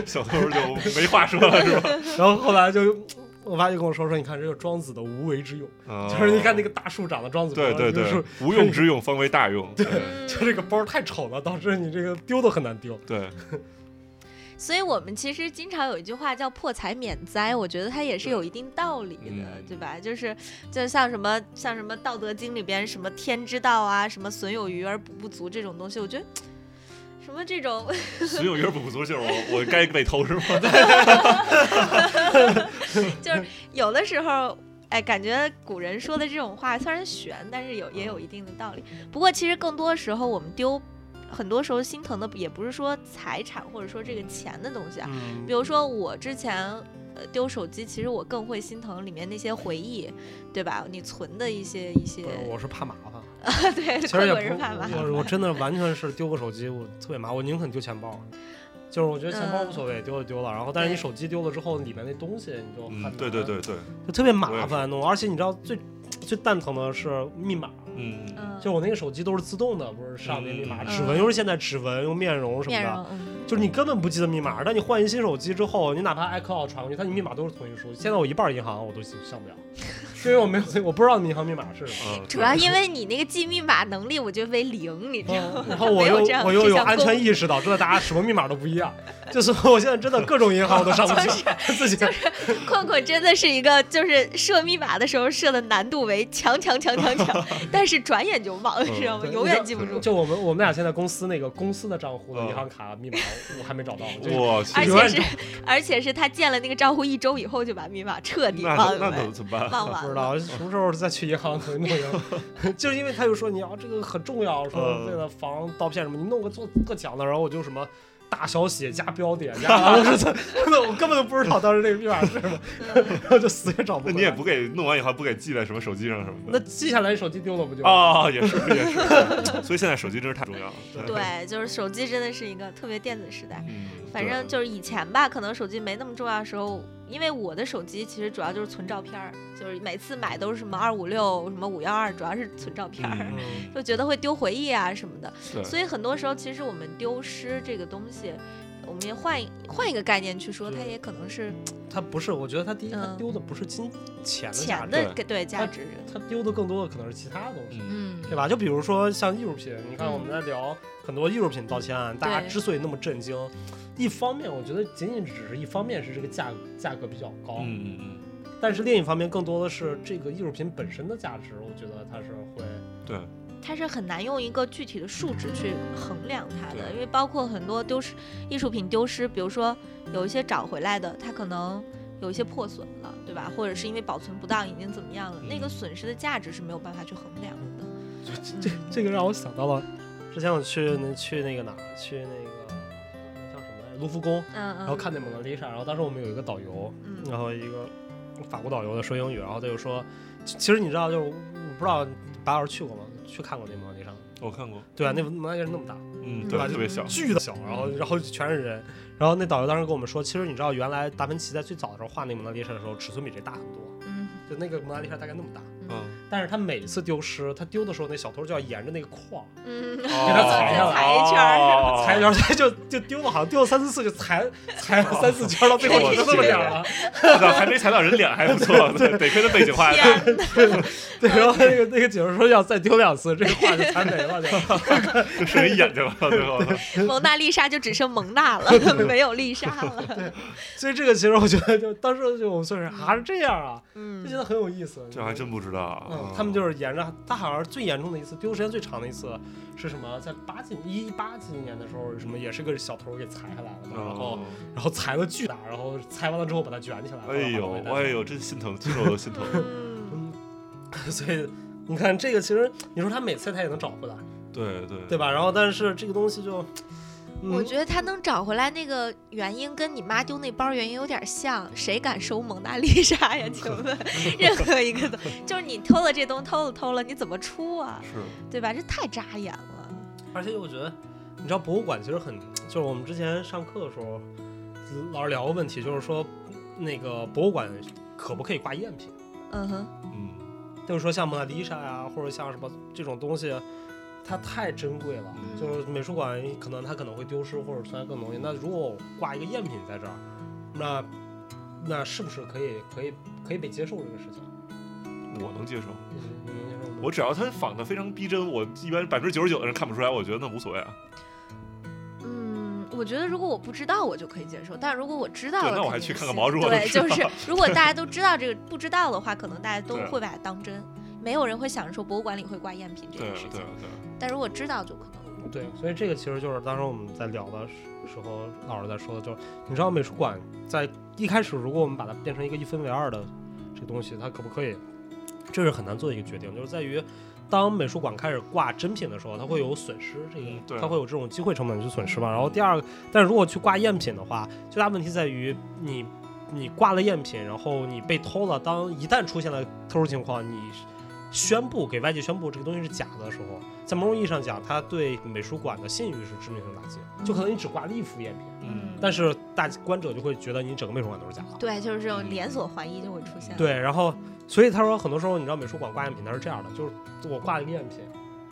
Speaker 3: 小偷就没话 说了是吧？
Speaker 1: 然后后来就我爸就跟我说说，你看这就是庄子的无为之用，
Speaker 3: 啊
Speaker 1: 就是你看那个，大树长的庄子，
Speaker 3: 对对
Speaker 1: 就
Speaker 3: 对
Speaker 1: 是，
Speaker 3: 无用之用方为大用，对
Speaker 2: 嗯，
Speaker 1: 就这个包太丑了，导致你这个丢都很难丢。
Speaker 3: 对，
Speaker 2: 所以我们其实经常有一句话叫“破财免灾”，我觉得它也是有一定道理的，
Speaker 3: 嗯
Speaker 2: 对吧？就是就像什么像什么《道德经》里边什么“天之道”啊，什么“损有余而补不足”这种东西，我觉得什么这种
Speaker 3: 损有余而补不足，就是我我该被 偷是吗？
Speaker 2: 就是有的时候，哎，感觉古人说的这种话虽然玄，但是有也有一定的道理。不过其实更多时候我们丢，很多时候心疼的也不是说财产或者说这个钱的东西啊。
Speaker 1: 嗯
Speaker 2: 比如说我之前呃丢手机，其实我更会心疼里面那些回忆，对吧？你存的一些一些
Speaker 1: 不，是，我是怕麻烦，
Speaker 2: 对，
Speaker 1: 其实
Speaker 2: 困
Speaker 1: 也
Speaker 2: 过
Speaker 1: 不
Speaker 2: 人怕麻
Speaker 1: 我我我真的完全是丢个手机，我特别麻烦，我宁肯丢钱包。就是我觉得钱包无所谓，丢就丢了。然后，但是你
Speaker 2: 嗯对
Speaker 1: 手机丢了之后，里面那东西你就很
Speaker 3: 嗯
Speaker 1: 难，
Speaker 3: 对对，对对，
Speaker 1: 就特别麻
Speaker 3: 我
Speaker 1: 烦弄。而且你知道最最蛋疼的是密码，
Speaker 3: 嗯，
Speaker 2: 嗯，
Speaker 1: 就我那个手机都是自动的，不是上那密码，
Speaker 3: 嗯
Speaker 1: 指纹又是现在指纹用面容什么
Speaker 2: 面
Speaker 1: 的，
Speaker 2: 容，嗯
Speaker 1: 就是你根本不记得密码，但你换一新手机之后，你哪怕 iCloud 传过去，它你密码都是同一输。现在我一半银行我都上不了， 因为我没有，我不知道银行密码是什么。
Speaker 3: 嗯
Speaker 2: 主要因为你那个记密码能力，我觉得为零，你知道 吗？
Speaker 1: 嗯然后我又
Speaker 2: 没有这样
Speaker 1: 我又有
Speaker 2: 这项
Speaker 1: 安全
Speaker 2: 功
Speaker 1: 意识，导致了大家什么密码都不一样。就是我现在真的各种银行我都上不去， 自己
Speaker 2: 困困真的是一个，就是设密码的时候设的难度为强强强强 强，但是转眼就忘，知道吗？
Speaker 1: 对
Speaker 2: 永远记不住，
Speaker 1: 嗯就我们我们俩现在公司那个公司的账户的
Speaker 3: 嗯
Speaker 1: 银行卡密码我还没找到，就是
Speaker 3: 我
Speaker 2: 而
Speaker 3: 去，
Speaker 1: 永
Speaker 2: 且
Speaker 1: 远
Speaker 2: 是而且是他建了那个账户一周以后就把密码彻底
Speaker 3: 那
Speaker 2: 忘
Speaker 3: 那能
Speaker 2: 了，
Speaker 3: 怎么办？
Speaker 2: 忘完
Speaker 1: 不 知
Speaker 2: 了。
Speaker 1: 道什么时候再去银行可能弄一 个，就是因为他就说你要这个很重要，说
Speaker 3: 嗯
Speaker 1: 为了防盗骗什么，你弄个做特强的，然后我就什么大小写加标 点加啥的，那我根本就不知道当时那个密码是什么，
Speaker 2: 嗯
Speaker 1: 然后就死也找不回
Speaker 3: 那
Speaker 1: 来。
Speaker 3: 你也不给弄完以后还不给记在什么手机上什么
Speaker 1: 那
Speaker 3: 的？
Speaker 1: 记下来你手机丢了不就？
Speaker 3: 啊，也是也是，所以现在手机真是太重要了。
Speaker 2: 对，就是手机真的是一个特别电子时代。
Speaker 3: 嗯，
Speaker 2: 反正就是以前吧，可能手机没那么重要的时候，因为我的手机其实主要就是存照片儿，就是每次买都是什么二五六、什么五幺二，主要是存照片儿，
Speaker 3: 嗯
Speaker 2: 就觉得会丢回忆啊什么的。
Speaker 3: 对
Speaker 2: 所以很多时候，其实我们丢失这个东西，我们也换一换一个概念去说，它
Speaker 1: 对
Speaker 2: 也可能是
Speaker 1: 他不是，我觉得他第一他
Speaker 2: 嗯
Speaker 1: 丢的不是金钱的价
Speaker 2: 钱
Speaker 1: 值，
Speaker 2: 的对价值。
Speaker 1: 他丢的更多的可能是其他的东西。
Speaker 3: 嗯
Speaker 2: 嗯
Speaker 1: 对吧？就比如说像艺术品，你看
Speaker 2: 嗯
Speaker 1: 我们在聊很多艺术品盗窃案，大家
Speaker 2: 对
Speaker 1: 之所以那么震惊，一方面我觉得仅仅只是一方面是这个价价格比较高，
Speaker 3: 嗯嗯
Speaker 1: 但是另一方面更多的是这个艺术品本身的价值，我觉得它是会
Speaker 3: 嗯，对，
Speaker 2: 它是很难用一个具体的数值去衡量它的，
Speaker 3: 对
Speaker 2: 因为包括很多丢失艺术品丢失，比如说有一些找回来的，它可能有一些破损了，对吧？或者是因为保存不当已经怎么样了，那个
Speaker 3: 嗯
Speaker 2: 损失的价值是没有办法去衡量的。
Speaker 1: 这这个让我想到了之前我去那去那个哪儿去那个叫什么来着卢浮宫，
Speaker 2: 嗯嗯，
Speaker 1: 然后看那蒙娜丽莎，然后当时我们有一个导游，
Speaker 2: 嗯
Speaker 1: 然后一个法国导游的说英语，然后他就说，其其实你知道，就是我不知道白老师去过吗？去看过那蒙娜丽莎？
Speaker 3: 我看过，
Speaker 1: 对啊，那蒙娜丽莎那么大，
Speaker 3: 嗯，
Speaker 1: 对
Speaker 3: 对
Speaker 1: 吧，
Speaker 3: 特别小，
Speaker 1: 巨的小，然后然后全是人，然后那导游当时跟我们说，其实你知道，原来达芬奇在最早的时候画那蒙娜丽莎的时候，尺寸比这大很多，
Speaker 2: 嗯
Speaker 1: 就那个蒙娜丽莎大概那么大，
Speaker 3: 嗯，
Speaker 1: 但是他每次丢失，他丢的时候，那小偷就要沿着那个框。
Speaker 2: 嗯，
Speaker 3: 给
Speaker 1: 它踩上
Speaker 2: 来踩一圈儿
Speaker 1: 踩一圈，他就就丢了，好像丢了三四次，就踩 踩了三四圈，到最后只剩那么点儿了。
Speaker 3: 圈，还没踩到人脸，还不错，对得亏他背景画的，
Speaker 2: 天哪，
Speaker 1: 对，然后那个那个解说说要再丢两次，这个话就踩没了。就
Speaker 3: 剩人眼睛了，最后，
Speaker 2: 蒙娜丽莎就只剩蒙娜了， 没有丽莎了。
Speaker 1: 所以这个其实我觉得就，当时就我们算是啊是这样啊，就觉
Speaker 2: 嗯
Speaker 1: 得很有意思。
Speaker 3: 这还真不知哦道。
Speaker 1: 嗯，他们就是沿着他好像是最严重的一次，丢时间最长的一次是什么？在八几一八几年的时候，什么也是个小偷给踩下来了嘛，然后
Speaker 3: 哦，
Speaker 1: 然后踩的巨大，然后踩完了之后把它卷起来。
Speaker 3: 哎呦，哎呦，真心疼，听着我都心疼。
Speaker 2: 嗯，
Speaker 1: 嗯， 所以你看这个，其实你说他每次他也能找回来，
Speaker 3: 对对
Speaker 1: 对吧？然后但是这个东西就，嗯、
Speaker 2: 我觉得他能找回来那个原因，跟你妈丢那包原因有点像。谁敢收蒙娜丽莎呀？ 请问，任何一个都 就是你偷了这东西，偷了偷了，你怎么出啊？
Speaker 3: 是，
Speaker 2: 对吧？这太扎眼了。
Speaker 1: 而且我觉得，你知道博物馆其实很，就是我们之前上课的时候，老师聊个问题，就是说那个博物馆可不可以挂赝品？
Speaker 2: 嗯哼，
Speaker 3: 嗯，
Speaker 1: 就是说像蒙娜丽莎呀，或者像什么这种东西。它太珍贵了，
Speaker 3: 嗯
Speaker 1: 就是美术馆可能它可能会丢失或者存在更多东西。那如果我挂一个赝品在这儿，那那是不是可以可以可以被接受这个事情？
Speaker 3: 我能接受。
Speaker 1: 你能接受吗
Speaker 3: 我只要他仿的非常逼真，我一般百分之九十九的人看不出来，我觉得那无所谓啊。
Speaker 2: 嗯，我觉得如果我不知道，我就可以接受；但如果我知道
Speaker 3: 对
Speaker 2: 了，
Speaker 3: 那我
Speaker 2: 肯
Speaker 3: 还
Speaker 2: 定
Speaker 3: 去看
Speaker 2: 是
Speaker 3: 看毛如果
Speaker 2: 对，
Speaker 3: 都知
Speaker 2: 就
Speaker 3: 道
Speaker 2: 是如果大家都知道这个，不知道的话，可能大家都
Speaker 3: 对
Speaker 2: 会把它当真，没有人会想着说博物馆里会挂赝品这
Speaker 3: 对
Speaker 2: 件
Speaker 3: 对
Speaker 2: 事情。
Speaker 3: 对，
Speaker 2: 但如果知道，就可能
Speaker 1: 对，所以这个其实就是当时我们在聊的时候，老师在说的，就是你知道美术馆在一开始，如果我们把它变成一个一分为二的这个东西，它可不可以？这是很难做的一个决定，就是在于当美术馆开始挂真品的时候，它会有损失，这
Speaker 3: 嗯对
Speaker 1: 个它会有这种机会成本去损失嘛。然后第二个，但是如果去挂赝品的话，最大问题在于你你挂了赝品，然后你被偷了，当一旦出现了特殊情况，你宣布给外界宣布这个东西是假的时候，在某种意义上讲，它对美术馆的信誉是致命性打击。就可能你只挂了一幅赝品，
Speaker 3: 嗯，
Speaker 1: 但是大观者就会觉得你整个美术馆都是假的。
Speaker 2: 对，就是这
Speaker 3: 嗯
Speaker 2: 种连锁怀疑就会出现。，
Speaker 1: 对，然后所以他说，很多时候你知道美术馆挂赝品它是这样的，就是我挂了一个赝品，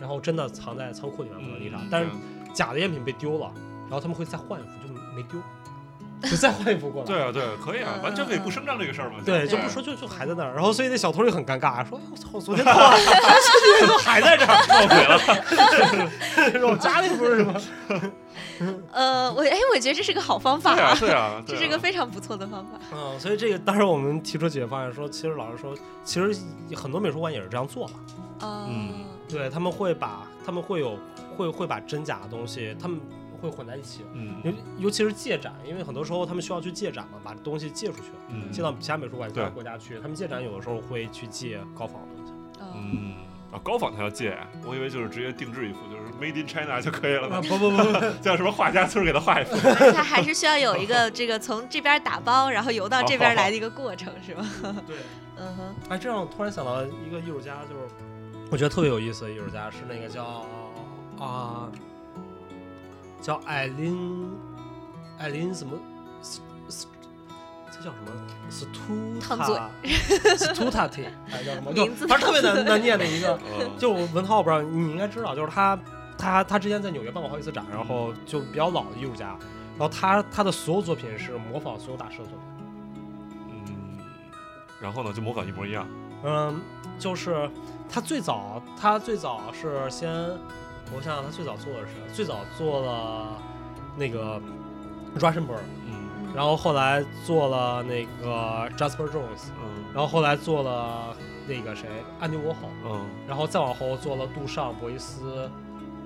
Speaker 1: 然后真的藏在仓库里面蒙娜丽莎，
Speaker 3: 嗯
Speaker 1: 但是假的赝品被丢了，然后他们会再换一幅，就没丢，就再换一幅过来。
Speaker 3: 对啊对，可以啊，完全可以不声张这个事儿嘛。
Speaker 1: 嗯对，就
Speaker 2: 对
Speaker 1: 不说，就就还在那儿，然后所以那小偷就很尴尬，说：“哎我操，昨天偷了，今天都还在这儿，
Speaker 3: 后悔了。
Speaker 1: 我家里不是什么。”
Speaker 2: 呃，我哎，我觉得这是个好方法
Speaker 3: 对啊
Speaker 2: 啊，
Speaker 3: 对 啊，
Speaker 2: 这是个非常不错的方法。
Speaker 1: 嗯，所以这个当时我们提出解决方案说，其实老师说，其实很多美术馆也是这样做的，
Speaker 2: 嗯，
Speaker 1: 对他们会把他们会有会会把真假的东西，他们会混在一起，
Speaker 3: 嗯
Speaker 1: 尤尤其是借展，因为很多时候他们需要去借展嘛，把东西借出去，
Speaker 3: 嗯，
Speaker 1: 借到其他美术馆、其他
Speaker 3: 对
Speaker 1: 国家去，他们借展有的时候会去借高仿的东西，
Speaker 2: 嗯，
Speaker 3: 嗯啊，高仿他要借，我以为就是直接定制一幅，就是 Made in China 就可以了
Speaker 1: 啊
Speaker 3: 嘛，
Speaker 1: 不不不不，
Speaker 3: 叫什么画家村给他画一幅。
Speaker 2: 哦它还是需要有 一个这个从这边打包，然后邮到这边来的一个过程，是吧？
Speaker 1: 对。
Speaker 2: 嗯哼，
Speaker 1: 哎，这让我突然想到一个艺术家，就是我觉得特别有意思的艺术家是那个叫啊、叫艾琳艾琳什么斯斯，这叫什么斯图
Speaker 2: 烫嘴
Speaker 1: 塔斯图塔蒂还叫什么？就
Speaker 2: 名字
Speaker 1: 反正特别难难念的一个。
Speaker 3: 嗯
Speaker 1: 就我文涛，我不知道你应该知道，就是他他他之前在纽约办过好几次展，然后就比较老的艺术家，然后他他的所有作品是模仿所有大师的作品。
Speaker 3: 嗯，然后呢，就模仿一模一样。
Speaker 1: 嗯，就是他最早，他最早是先，我想想他最早做的是谁，最早做了那个 Russianberg，
Speaker 3: 嗯
Speaker 1: 然后后来做了那个 Jasper Jones，
Speaker 3: 嗯
Speaker 1: 然后后来做了那个谁安迪沃霍，
Speaker 3: 嗯
Speaker 1: 然后再往后做了杜尚、博伊斯，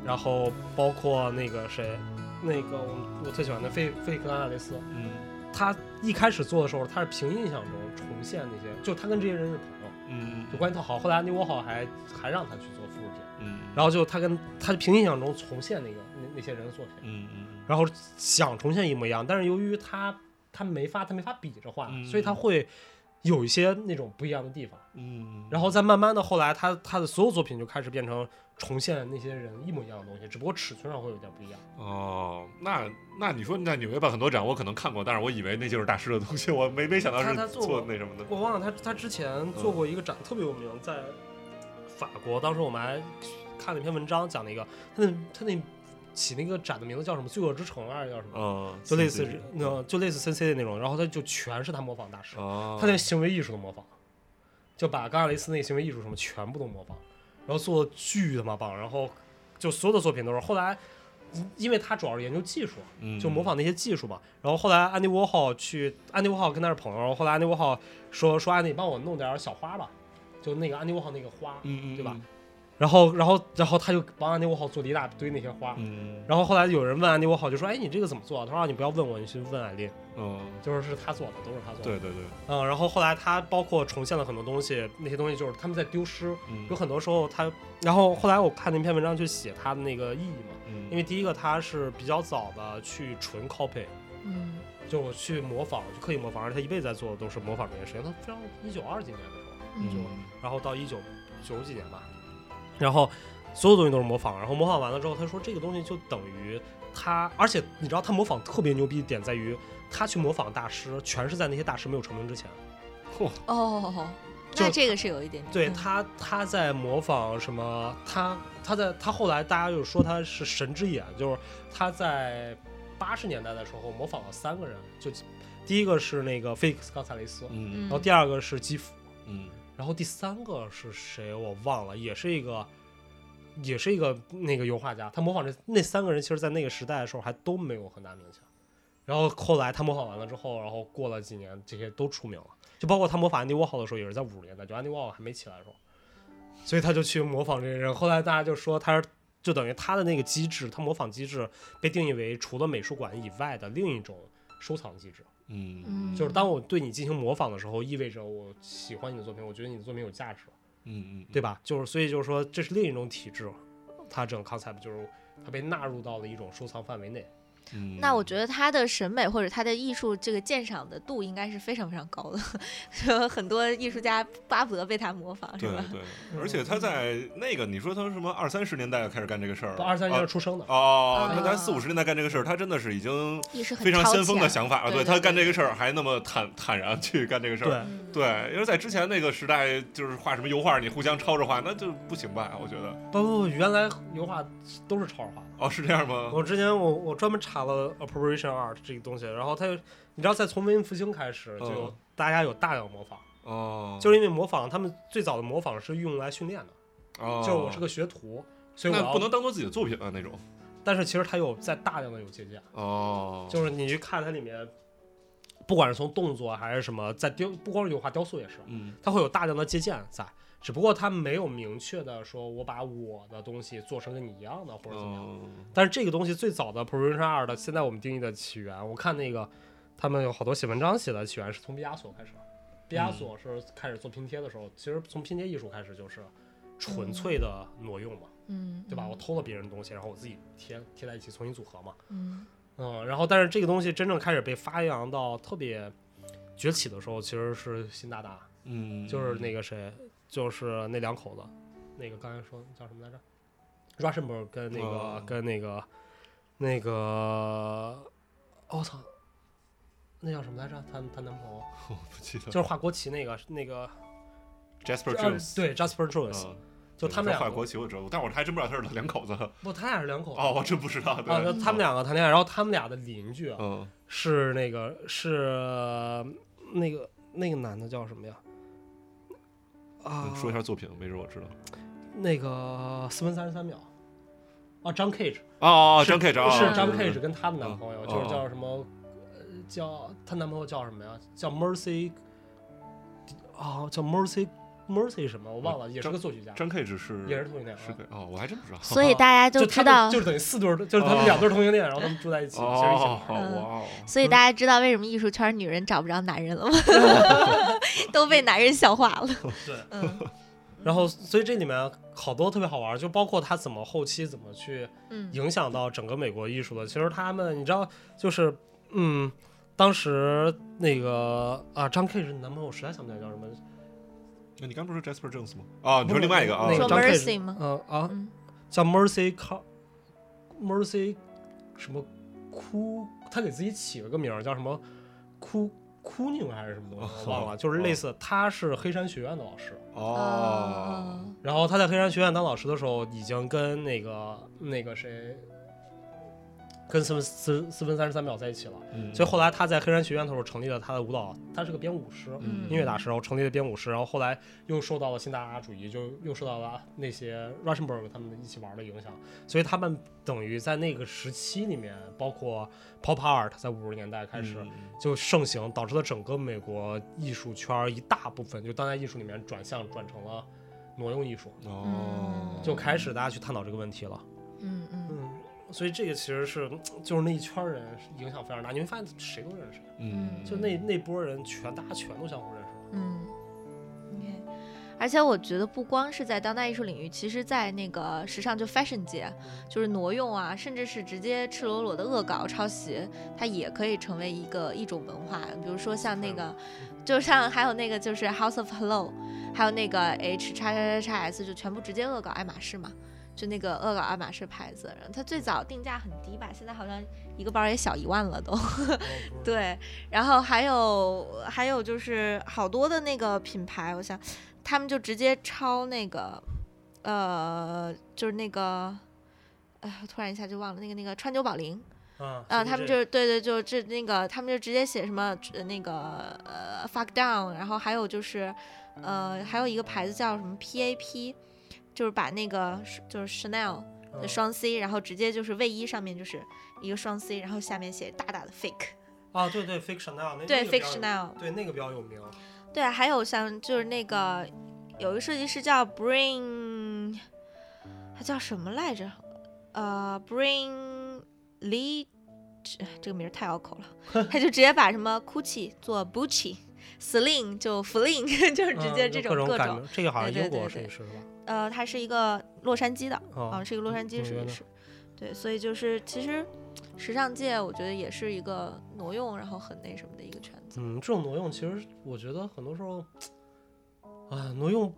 Speaker 1: 然后包括那个谁，那个我我特喜欢的费费克拉纳雷斯，
Speaker 3: 嗯
Speaker 1: 他一开始做的时候，他是凭印象中重现那些，就他跟这些人是朋友。
Speaker 3: 嗯
Speaker 1: 就关系特好。后来安迪沃霍还还让他去做复制品，
Speaker 3: 嗯，
Speaker 1: 然后就他跟他凭印象中重现那个那那些人的作品，
Speaker 3: 嗯嗯
Speaker 1: 然后想重现一模一样，但是由于他他没法他没法比着画，
Speaker 3: 嗯
Speaker 1: 所以他会有一些那种不一样的地方。
Speaker 3: 嗯，
Speaker 1: 然后再慢慢的，后来他他的所有作品就开始变成重现那些人一模一样的东西，只不过尺寸上会有点不一样。
Speaker 3: 哦，那那你说你在纽约办很多展，我可能看过，但是我以为那就是大师的东西，我没没想到
Speaker 1: 他
Speaker 3: 是
Speaker 1: 他做过
Speaker 3: 那什么的。
Speaker 1: 我忘了他他之前做过一个展，特别有名，在法国。当时我们还看了一篇文章，讲了一个他那他那起那个展的名字叫什么“罪恶之城”还是叫什么？
Speaker 3: 嗯，
Speaker 1: 就类似
Speaker 3: 是
Speaker 1: 于那就类似 C C 的那种，然后他就全是他模仿大师，
Speaker 3: 哦，
Speaker 1: 他连行为艺术都模仿，就把冈萨雷斯那行为艺术什么全部都模仿，然后做的巨他妈棒，然后就所有的作品都是。后来，因为他主要是研究技术，
Speaker 3: 嗯
Speaker 1: 就模仿那些技术嘛。然后后来安迪沃霍去，安迪沃霍跟他是朋友，然后后来安迪沃霍说说安迪，你帮我弄点小花吧，就那个安迪沃霍那个花，
Speaker 3: 嗯，嗯
Speaker 1: 对吧？然后然后然后他就帮安迪沃霍做了一大堆那些花。
Speaker 3: 嗯
Speaker 1: 然后后来有人问安迪沃霍，就说：“哎，你这个怎么做啊？”他说啊：“你不要问我，你去问艾琳，
Speaker 3: 嗯，
Speaker 1: 就是是他做的，都是他做的。”
Speaker 3: 对对对，
Speaker 1: 嗯，然后后来他包括重现了很多东西，那些东西就是他们在丢失，
Speaker 3: 嗯
Speaker 1: 有很多时候他，然后后来我看那篇文章就写他的那个意义嘛，
Speaker 3: 嗯
Speaker 1: 因为第一个他是比较早的去纯 copy，
Speaker 2: 嗯
Speaker 1: 就我去模仿，我去刻意模仿，而且他一辈子在做的都是模仿这件事情。他非常一九二几年的时候，
Speaker 2: 嗯
Speaker 1: 然后到一九九几年吧，然后所有东西都是模仿，然后模仿完了之后，他说这个东西就等于他，而且你知道他模仿特别牛逼的点在于，他去模仿大师，全是在那些大师没有成名之前。
Speaker 2: 哦，
Speaker 1: 就
Speaker 2: 那这个是有一点
Speaker 1: 对
Speaker 2: 嗯
Speaker 1: 他，他在模仿什么？他他在他后来大家就说他是神之眼，就是他在八十年代的时候模仿了三个人，就第一个是那个菲克斯冈萨雷斯，
Speaker 3: 嗯
Speaker 1: 然后第二个是基辅，
Speaker 3: 嗯
Speaker 1: 然后第三个是谁我忘了，也是一个也是一个那个油画家，他模仿这那三个人，其实在那个时代的时候还都没有很大名气。然后后来他模仿完了之后，然后过了几年，这些都出名了。就包括他模仿安迪沃霍的时候，也是在五十年代，就安迪沃霍还没起来的时候，所以他就去模仿这些人。后来大家就说他是，就等于他的那个机制，他模仿机制被定义为除了美术馆以外的另一种收藏机制。
Speaker 3: 嗯
Speaker 2: 嗯
Speaker 1: 就是当我对你进行模仿的时候，意味着我喜欢你的作品，我觉得你的作品有价值，
Speaker 3: 嗯嗯，
Speaker 1: 对吧？就是所以就是说，这是另一种体制，它这种 concept 就是它被纳入到了一种收藏范围内。
Speaker 3: 嗯，
Speaker 2: 那我觉得他的审美或者他的艺术这个鉴赏的度应该是非常非常高的， 有很多艺术家巴不得被他模仿，是
Speaker 3: 对
Speaker 2: 吧？
Speaker 3: 对，
Speaker 1: 嗯
Speaker 3: 而且他在那个你说他什么二三十年代开始干这个事儿，啊
Speaker 1: 二三年出生的，
Speaker 3: 哦，那咱四五十年代干这个事儿，他真的是已经
Speaker 2: 意识很
Speaker 3: 非常
Speaker 2: 超
Speaker 3: 先锋的
Speaker 2: 前
Speaker 3: 想法啊！
Speaker 2: 对对
Speaker 3: 他
Speaker 2: 对
Speaker 3: 干这个
Speaker 2: 对
Speaker 3: 事儿还那么坦坦然去干这个事儿，
Speaker 1: 对，
Speaker 2: 嗯
Speaker 3: 对，因为在之前那个时代，就是画什么油画，你互相抄着画，那就不行吧？我觉得，
Speaker 1: 不不不，原来油画都是超人画的。
Speaker 3: 哦，是这样吗？
Speaker 1: 我之前我我专门查了 appropriation art 这个东西，然后它你知道，在从文艺复兴开始就有
Speaker 3: 嗯
Speaker 1: 大家有大量模仿，
Speaker 3: 哦，
Speaker 1: 就是因为模仿，他们最早的模仿是用来训练的，
Speaker 3: 哦，
Speaker 1: 就是我是个学徒，所以我
Speaker 3: 那不
Speaker 1: 要，
Speaker 3: 能当做自己的作品啊那种。
Speaker 1: 但是其实它有在大量的有借鉴。
Speaker 3: 哦，
Speaker 1: 就是你去看它里面，不管是从动作还是什么，在雕，不光是油画，雕塑也是，
Speaker 3: 嗯
Speaker 1: 它会有大量的借鉴在，只不过它没有明确的说我把我的东西做成跟你一样的或者怎么样。
Speaker 3: 哦，
Speaker 1: 但是这个东西最早的 Provision 二的，现在我们定义的起源，我看那个他们有好多写文章写的起源是从毕加索开始，
Speaker 3: 嗯
Speaker 1: 毕加索是开始做拼贴的时候，其实从拼贴艺术开始就是纯粹的挪用嘛，
Speaker 2: 嗯，
Speaker 1: 对吧？我偷了别人的东西，然后我自己贴贴在一起重新组合嘛。
Speaker 2: 嗯
Speaker 1: 嗯，然后但是这个东西真正开始被发扬到特别崛起的时候，其实是辛大大，
Speaker 3: 嗯，
Speaker 1: 就是那个谁，就是那两口子，那个刚才说叫什么来着？Rushmore 跟那个、
Speaker 3: 哦
Speaker 1: 跟那个那个，我、操，那叫什么来着？她她男朋 友
Speaker 3: 我不记得
Speaker 1: 就是画国旗那个那个，呃
Speaker 3: Jasper Jones，
Speaker 1: 对，Jasper
Speaker 3: 嗯
Speaker 1: Jones，、就他们
Speaker 3: 你
Speaker 1: 俩
Speaker 3: 说画，国旗，我知道，但我还真不知道他是两口子。
Speaker 1: 不，他俩是两口子。
Speaker 3: 哦，我真不知道。对
Speaker 1: 啊，那他们，两个谈恋爱，然后他们俩的邻居啊，
Speaker 3: 嗯
Speaker 1: 是那个是那个那个男的叫什么呀？啊
Speaker 3: 嗯，，说一下作品，没准我知道。
Speaker 1: 那个四分三十三秒啊，张 Cage
Speaker 3: 哦哦，
Speaker 1: 是
Speaker 3: 张 K 张
Speaker 1: 是张
Speaker 2: 嗯
Speaker 1: Cage 跟她的男朋友，
Speaker 3: 嗯
Speaker 1: 就是
Speaker 3: 哦
Speaker 1: 叫什么，呃叫她男朋友叫什么呀？叫 Mercy 啊，叫 Mercy Mercy 什么我忘了，也是
Speaker 3: 张
Speaker 1: 个作曲家，
Speaker 3: 张 K 只是
Speaker 1: 也是同性恋啊。
Speaker 3: 是个哦，我还真不 知道。
Speaker 2: 所以大家
Speaker 1: 就
Speaker 2: 就
Speaker 1: 他
Speaker 2: 知
Speaker 1: 们
Speaker 2: 道，
Speaker 1: 就是等于四对儿，就是他们
Speaker 3: 哦
Speaker 1: 两对儿同性恋，然后他们住在一起，其实一起玩
Speaker 3: 哦，
Speaker 1: 儿。
Speaker 3: 哇
Speaker 2: 嗯
Speaker 3: 哦，
Speaker 2: 所以大家知道为什么艺术圈女人找不着男人了吗？都被男人消化了。
Speaker 1: 对，
Speaker 2: 嗯
Speaker 1: 然后，所以这里面好多特别好玩儿，就包括他怎么后期怎么去
Speaker 2: 嗯
Speaker 1: 影响到整个美国艺术的。其实他们，你知道，就是嗯，当时那个啊，张 K 是男朋友，实在想不起来叫什么。
Speaker 3: 那你刚不是说 Jasper Jones 吗？啊，你说另外一个啊
Speaker 1: 那，个
Speaker 2: 说
Speaker 1: 张 K 是
Speaker 2: Mercy 吗
Speaker 1: 嗯啊，
Speaker 2: 嗯，
Speaker 1: 叫 Mercy Car Mercy 什么哭，他给自己起了个名儿叫什么哭哭宁还是什么东西，我忘了，就是类似他是黑山学院的老师，
Speaker 3: 哦，
Speaker 1: 然后他在黑山学院当老师的时候，已经跟那个那个谁，跟四分四四分三十三秒在一起了。
Speaker 3: 嗯
Speaker 1: 所以后来他在黑山学院的时候成立了他的舞蹈，他是个编舞师，
Speaker 2: 嗯
Speaker 1: 音乐大师，然后成立了编舞师，然后后来又受到了新大家主义，就又受到了那些 Rushberg 他们一起玩的影响，所以他们等于在那个时期里面，包括 Pop Art 在五十年代开始。
Speaker 3: 嗯
Speaker 1: 就盛行，导致了整个美国艺术圈儿一大部分就当代艺术里面转向转成了挪用艺术，
Speaker 3: 哦，
Speaker 1: 就开始大家去探讨这个问题了。
Speaker 2: 嗯嗯，
Speaker 1: 嗯，所以这个其实是就是那一圈儿人影响非常大，你会发现谁都认识谁，
Speaker 3: 嗯，
Speaker 1: 就那那波人全大家全都相互认识。
Speaker 2: 嗯，OK，而且我觉得不光是在当代艺术领域，其实，在那个时尚就 fashion 界，就是挪用啊，甚至是直接赤裸裸的恶搞、抄袭，它也可以成为一个一种文化。比如说像那个，就像还有那个就是 House of Hello，还有那个 H 叉叉叉叉 S，就全部直接恶搞爱马仕嘛。就那个恶搞爱马仕牌子，然后它最早定价很低吧，现在好像一个包也小一万了 都。对，然后还有还有就是好多的那个品牌，我想他们就直接抄那个，呃，就是那个，哎呀，我突然一下就忘了那个那个川久保玲
Speaker 1: 啊
Speaker 2: 啊、他们就是对对，就这那个他们就直接写什么呃那个呃 fuck down，然后还有就是呃还有一个牌子叫什么 PAP，就是把那个就是 Chanel。的
Speaker 1: 嗯
Speaker 2: 双 C，然后直接就是卫衣上面就是一个双 C，然后下面写大大的 fake，
Speaker 1: 啊，对对，fictional 那
Speaker 2: 对
Speaker 1: 那个比较有
Speaker 2: fictional，
Speaker 1: 对那个比较有名。
Speaker 2: 对，啊还有像就是那个有一个设计师叫 Bring，他叫什么来着？呃，Bring Lee，这这个名儿太拗口了，他就直接把什么 Gucci 做 Gucci，Sling 就 Fling，就是 直接
Speaker 1: 嗯就
Speaker 2: 这种
Speaker 1: 各
Speaker 2: 各
Speaker 1: 改
Speaker 2: 种。
Speaker 1: 名，这个好像
Speaker 2: 对对
Speaker 1: 英国
Speaker 2: 对
Speaker 1: 设计
Speaker 2: 对
Speaker 1: 师是
Speaker 2: 呃，他是一个洛杉矶的，
Speaker 1: 吧？
Speaker 2: 啊，
Speaker 1: 啊，
Speaker 2: 是一个洛杉矶
Speaker 1: 纽
Speaker 2: 设
Speaker 1: 约
Speaker 2: 计
Speaker 1: 的
Speaker 2: 师。对，所以就是其实时尚界我觉得也是一个挪用，然后很那什么的一个圈子。
Speaker 1: 嗯，这种挪用其实我觉得很多时候，啊，挪用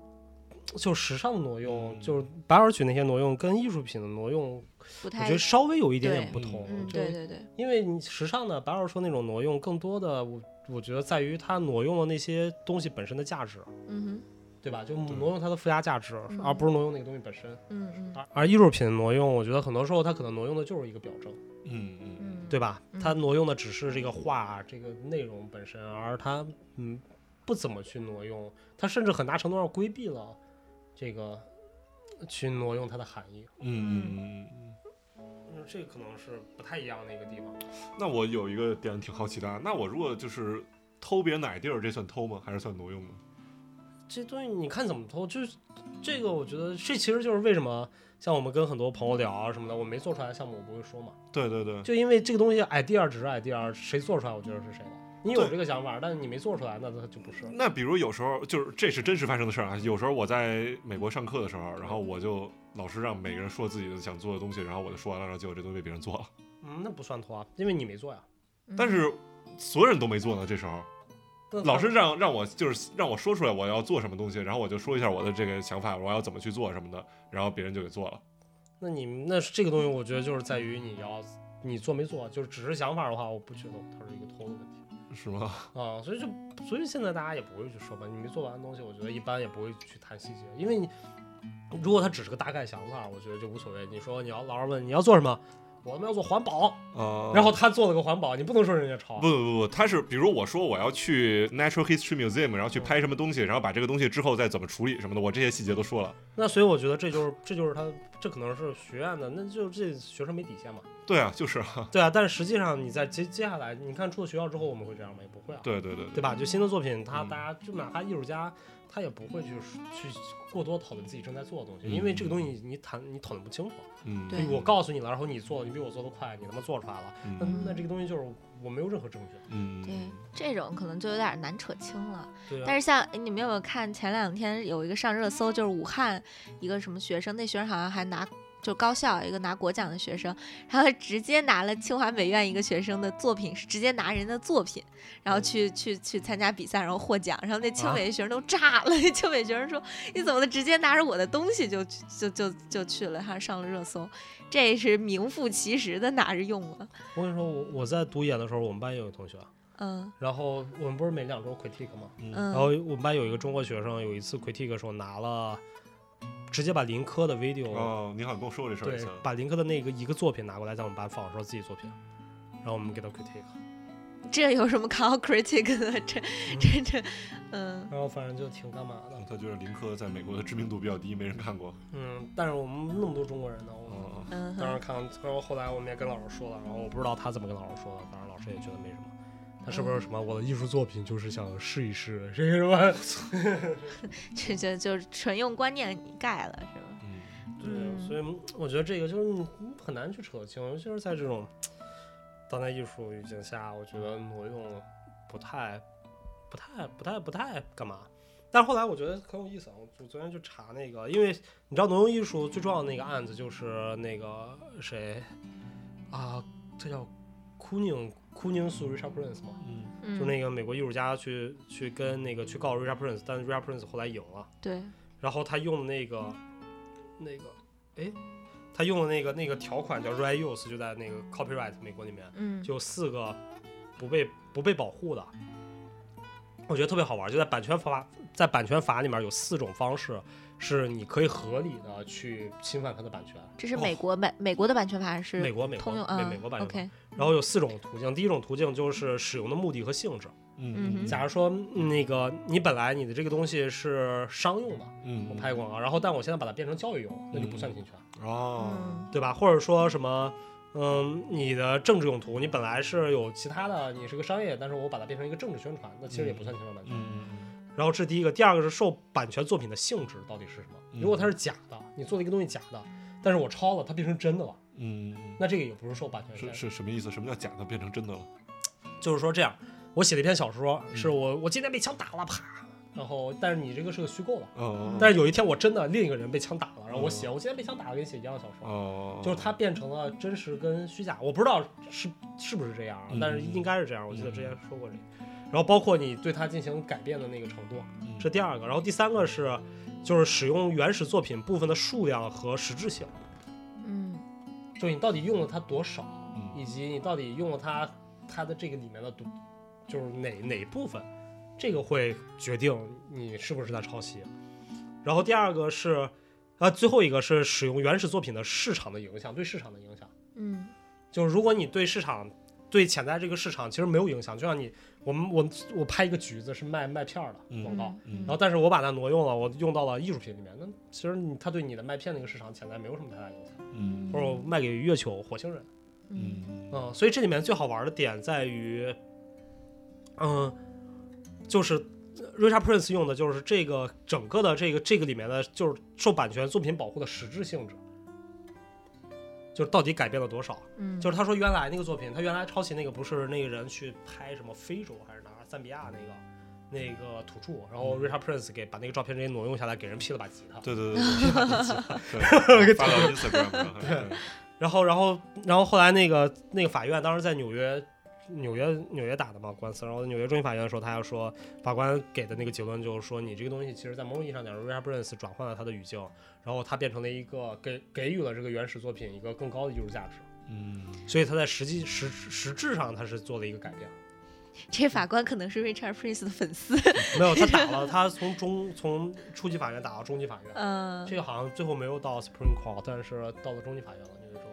Speaker 1: 就时尚的挪用，
Speaker 3: 嗯
Speaker 1: 就是白耳曲那些挪用跟艺术品的挪用，
Speaker 2: 不
Speaker 1: 我
Speaker 2: 太
Speaker 1: 觉得，稍微有一点点
Speaker 2: 对
Speaker 1: 不同。
Speaker 2: 嗯，
Speaker 1: 就
Speaker 2: 对对对，
Speaker 1: 因为你时尚的白耳说那种挪用，更多的我我觉得在于它挪用了那些东西本身的价值，
Speaker 2: 嗯
Speaker 1: 对吧？就挪用它的附加价值，
Speaker 2: 嗯
Speaker 1: 而不是挪用那个东西本身。
Speaker 2: 哼，嗯嗯。
Speaker 1: 而而艺术品挪用，我觉得很多时候它可能挪用的就是一个表征。
Speaker 3: 嗯嗯嗯，
Speaker 2: 嗯，
Speaker 1: 对吧？它
Speaker 2: 嗯
Speaker 1: 挪用的只是这个画这个内容本身，而它嗯不怎么去挪用，它甚至很大程度上规避了这个去挪用它的含义。
Speaker 3: 嗯嗯嗯。
Speaker 1: 嗯，这可能是不太一样的一个地方。
Speaker 3: 那我有一个点挺好奇的啊，那我如果就是偷别人奶地儿，这算偷吗？还是算挪用呢？
Speaker 1: 这东西你看怎么偷，就是这个，我觉得这其实就是为什么像我们跟很多朋友聊啊什么的，我没做出来的项目我不会说嘛，
Speaker 3: 对对对，
Speaker 1: 就因为这个东西 idea 只是 idea，谁做出来我觉得是谁的。你有
Speaker 3: 对
Speaker 1: 这个想法，但是你没做出来，那它就不是。
Speaker 3: 那比如有时候就是这是真实发生的事儿啊，有时候我在美国上课的时候，然后我就老师让每个人说自己的想做的东西，然后我就说完了，然后结果这东西被别人做了，
Speaker 1: 嗯，那不算偷啊，因为你没做呀。
Speaker 2: 嗯
Speaker 3: 但是
Speaker 1: 嗯
Speaker 3: 所有人都没做呢。这时候
Speaker 1: 那
Speaker 3: 老
Speaker 1: 它
Speaker 3: 师让让我就是让我说出来我要做什么东西，然后我就说一下我的这个想法，我要怎么去做什么的，然后别人就给做了。
Speaker 1: 那你那是这个东西，我觉得就是在于你要你做没做，就是只是想法的话，我不觉得它是一个偷的问题
Speaker 3: 是吗？
Speaker 1: 啊、所以就所以现在大家也不会去说吧，你没做完的东西，我觉得一般也不会去谈细节，因为你如果它只是个大概想法，我觉得就无所谓。你说你要老师问你要做什么，我们要做环保，
Speaker 3: 啊、
Speaker 1: 然后他做了个环保，你不能说人家抄，
Speaker 3: 不不不不，他是比如我说我要去 Natural History Museum，然后去拍什么东西，然后把这个东西之后再怎么处理什么的，我这些细节都说了。
Speaker 1: 那所以我觉得这就是这就是他这可能是学院的，那就这学生没底线嘛，
Speaker 3: 对啊，就是啊，
Speaker 1: 对啊。但是实际上你在接接下来，你看出了学校之后，我们会这样吗？也不会啊。
Speaker 3: 对对对对
Speaker 1: 对吧？就新的作品，他
Speaker 3: 嗯
Speaker 1: 大家就哪怕艺术家，他也不会去去过多讨论自己正在做的东西，
Speaker 3: 嗯
Speaker 1: 因为这个东西你谈你讨论不清楚。
Speaker 3: 嗯，
Speaker 2: 对
Speaker 1: 我告诉你了，然后你做，你比我做的快，你他妈做出来了，那
Speaker 3: 嗯
Speaker 2: 嗯
Speaker 1: 那这个东西就是我没有任何证据。
Speaker 3: 嗯，
Speaker 2: 对这种可能就有点难扯清了。
Speaker 1: 对
Speaker 2: 但
Speaker 1: 啊，
Speaker 2: 是像哎你们有没有看前两天有一个上热搜，就是武汉一个什么学生，那学生好像还拿。就高校一个拿国奖的学生，然后直接拿了清华美院一个学生的作品，是直接拿人的作品，然后去、去去参加比赛，然后获奖，然后那清
Speaker 1: 啊
Speaker 2: 美学生都炸了，那清美学生说你怎么能直接拿着我的东西就去就就就去了，还上了热搜，这是名副其实的拿着用了，
Speaker 1: 我跟你说，我我在读研的时候，我们班也有同学，
Speaker 2: 嗯
Speaker 1: 然后我们不是每两周 critique 吗？
Speaker 2: 嗯，
Speaker 1: 然后我们班有一个中国学生，有一次 critique 的时候拿了，直接把林科的 video，、
Speaker 3: 哦，你好像跟我说过这事儿一
Speaker 1: 对
Speaker 3: 次，，
Speaker 1: 把林科的那个一个作品拿过来，在我们班放，说自己作品，然后我们给他 critique，
Speaker 2: 这有什么 c o n critic
Speaker 1: 嗯
Speaker 2: 的？这这这，嗯
Speaker 1: 然后反正就挺干嘛的，
Speaker 3: 他觉得林科在美国的知名度比较低，没人看过。
Speaker 1: 嗯，但是我们那么多中国人呢，我们
Speaker 3: 哦，
Speaker 2: 嗯
Speaker 1: 当时
Speaker 2: 哼，
Speaker 1: 看，然后后来我们也跟老师说了，然后我不知道他怎么跟老师说的，当然老师也觉得没什么。他是不是什么我的艺术作品就是想试一试，这是吧？
Speaker 2: 这这就是纯用观念盖了，是吧？
Speaker 3: 嗯，
Speaker 1: 对，所以我觉得这个就是你很难去扯清，尤其是在这种当代艺术语境下，我觉得挪用不太、不太、不太、不太干嘛。但是后来我觉得很有意思啊，我我昨天去查那个，因为你知道挪用艺术最重要的那个案子就是那个谁啊，这叫库宁库宁苏 Richard Prince 嘛，
Speaker 3: 嗯，
Speaker 2: 嗯，
Speaker 1: 就那个美国艺术家去去跟那个去告 Richard Prince，但是 Richard Prince 后来赢了。
Speaker 2: 对，
Speaker 1: 然后他用那个那个，哎，他用的那个那个条款叫 right use，就在那个 copyright 美国里面，
Speaker 2: 嗯，
Speaker 1: 就有四个不被不被保护的，我觉得特别好玩。就在版权法在版权法里面有四种方式是你可以合理的去侵犯它的版权，
Speaker 2: 这是美国版、美国的版权法还
Speaker 1: 哦美
Speaker 2: 是
Speaker 1: 国美国
Speaker 2: 通用
Speaker 1: 美
Speaker 2: 啊
Speaker 1: 美国版权法。
Speaker 2: ？OK，
Speaker 1: 然后有四种途径，第一种途径就是使用的目的和性质。
Speaker 2: 嗯
Speaker 1: 假如说那个你本来你的这个东西是商用的，
Speaker 3: 嗯，
Speaker 1: 我拍广告，然后但我现在把它变成教育用了，那就不算侵权，
Speaker 3: 哦，
Speaker 2: 嗯
Speaker 1: 嗯对吧？或者说什么，嗯，你的政治用途，你本来是有其他的，你是个商业，但是我把它变成一个政治宣传，那其实也不算侵犯版权。
Speaker 3: 嗯
Speaker 1: 然后这是第一个，第二个是受版权作品的性质到底是什么？
Speaker 3: 嗯
Speaker 1: 如果它是假的，你做了一个东西假的，但是我抄了，它变成真的了，
Speaker 3: 嗯嗯，
Speaker 1: 那这个也不是受版权
Speaker 3: 是
Speaker 1: 限制。
Speaker 3: 是什么意思？什么叫假的变成真的了？
Speaker 1: 就是说这样，我写了一篇小说，是我我今天被枪打了，啪，然后但是你这个是个虚构的。
Speaker 3: 哦，
Speaker 1: 但是有一天我真的另一个人被枪打了，然后我写，我今天被枪打了，跟你写一样的小说，
Speaker 3: 哦，
Speaker 1: 就是它变成了真实跟虚假，我不知道是是不是这样啊，
Speaker 3: 嗯
Speaker 1: 但是应该是这样。我记得之前说过这个，然后包括你对它进行改变的那个程度，这是第二个。然后第三个是，就是使用原始作品部分的数量和实质性，
Speaker 2: 嗯
Speaker 1: 就是你到底用了它多少，
Speaker 3: 嗯
Speaker 1: 以及你到底用了它它的这个里面的多，就是哪哪部分，这个会决定你是不是在抄袭。然后第二个是，啊，最后一个是使用原始作品的市场的影响，对市场的影响。
Speaker 2: 嗯
Speaker 1: 就是如果你对市场、对潜在这个市场其实没有影响，就像你我们我我拍一个橘子是卖卖片儿的
Speaker 3: 嗯
Speaker 1: 广告，
Speaker 3: 嗯
Speaker 1: 然后但是我把它挪用了，我用到了艺术品里面，那其实你它对你的卖片那个市场潜在没有什么太大影响，
Speaker 3: 嗯
Speaker 1: 或者我卖给月球、火星人，
Speaker 2: 嗯
Speaker 1: 嗯，所以这里面最好玩的点在于，嗯，就是。Richard Prince 用的就是这个整个的这个这个里面的就是受版权作品保护的实质性质，就是到底改变了多少。
Speaker 2: 嗯，
Speaker 1: 就是他说原来那个作品，他原来抄袭那个不是那个人去拍什么非洲还是哪儿赞比亚那个那个土著，然后 Richard Prince 给把那个照片直接挪用下来，给人劈了把吉他，
Speaker 3: 对对对对，对，发到 Instagram 上，对，
Speaker 1: 然后然后然后后来那个那个法院当时在纽约。纽约纽约打的嘛官司，然后纽约中级法院的时候，他要说法官给的那个结论就是说，你这个东西其实在某种意义上讲，Richard Prince 转换了他的语境，然后他变成了一个给给予了这个原始作品一个更高的艺术价值，
Speaker 3: 嗯，
Speaker 1: 所以他在实际实实质上他是做了一个改变。
Speaker 2: 这法官可能是 Richard Prince 的粉丝，
Speaker 1: 没有，他打 了，他从中从初级法院打到中级法院，
Speaker 2: 嗯
Speaker 1: 这个好像最后没有到 Supreme Court，但是到了中级法院了，那个时候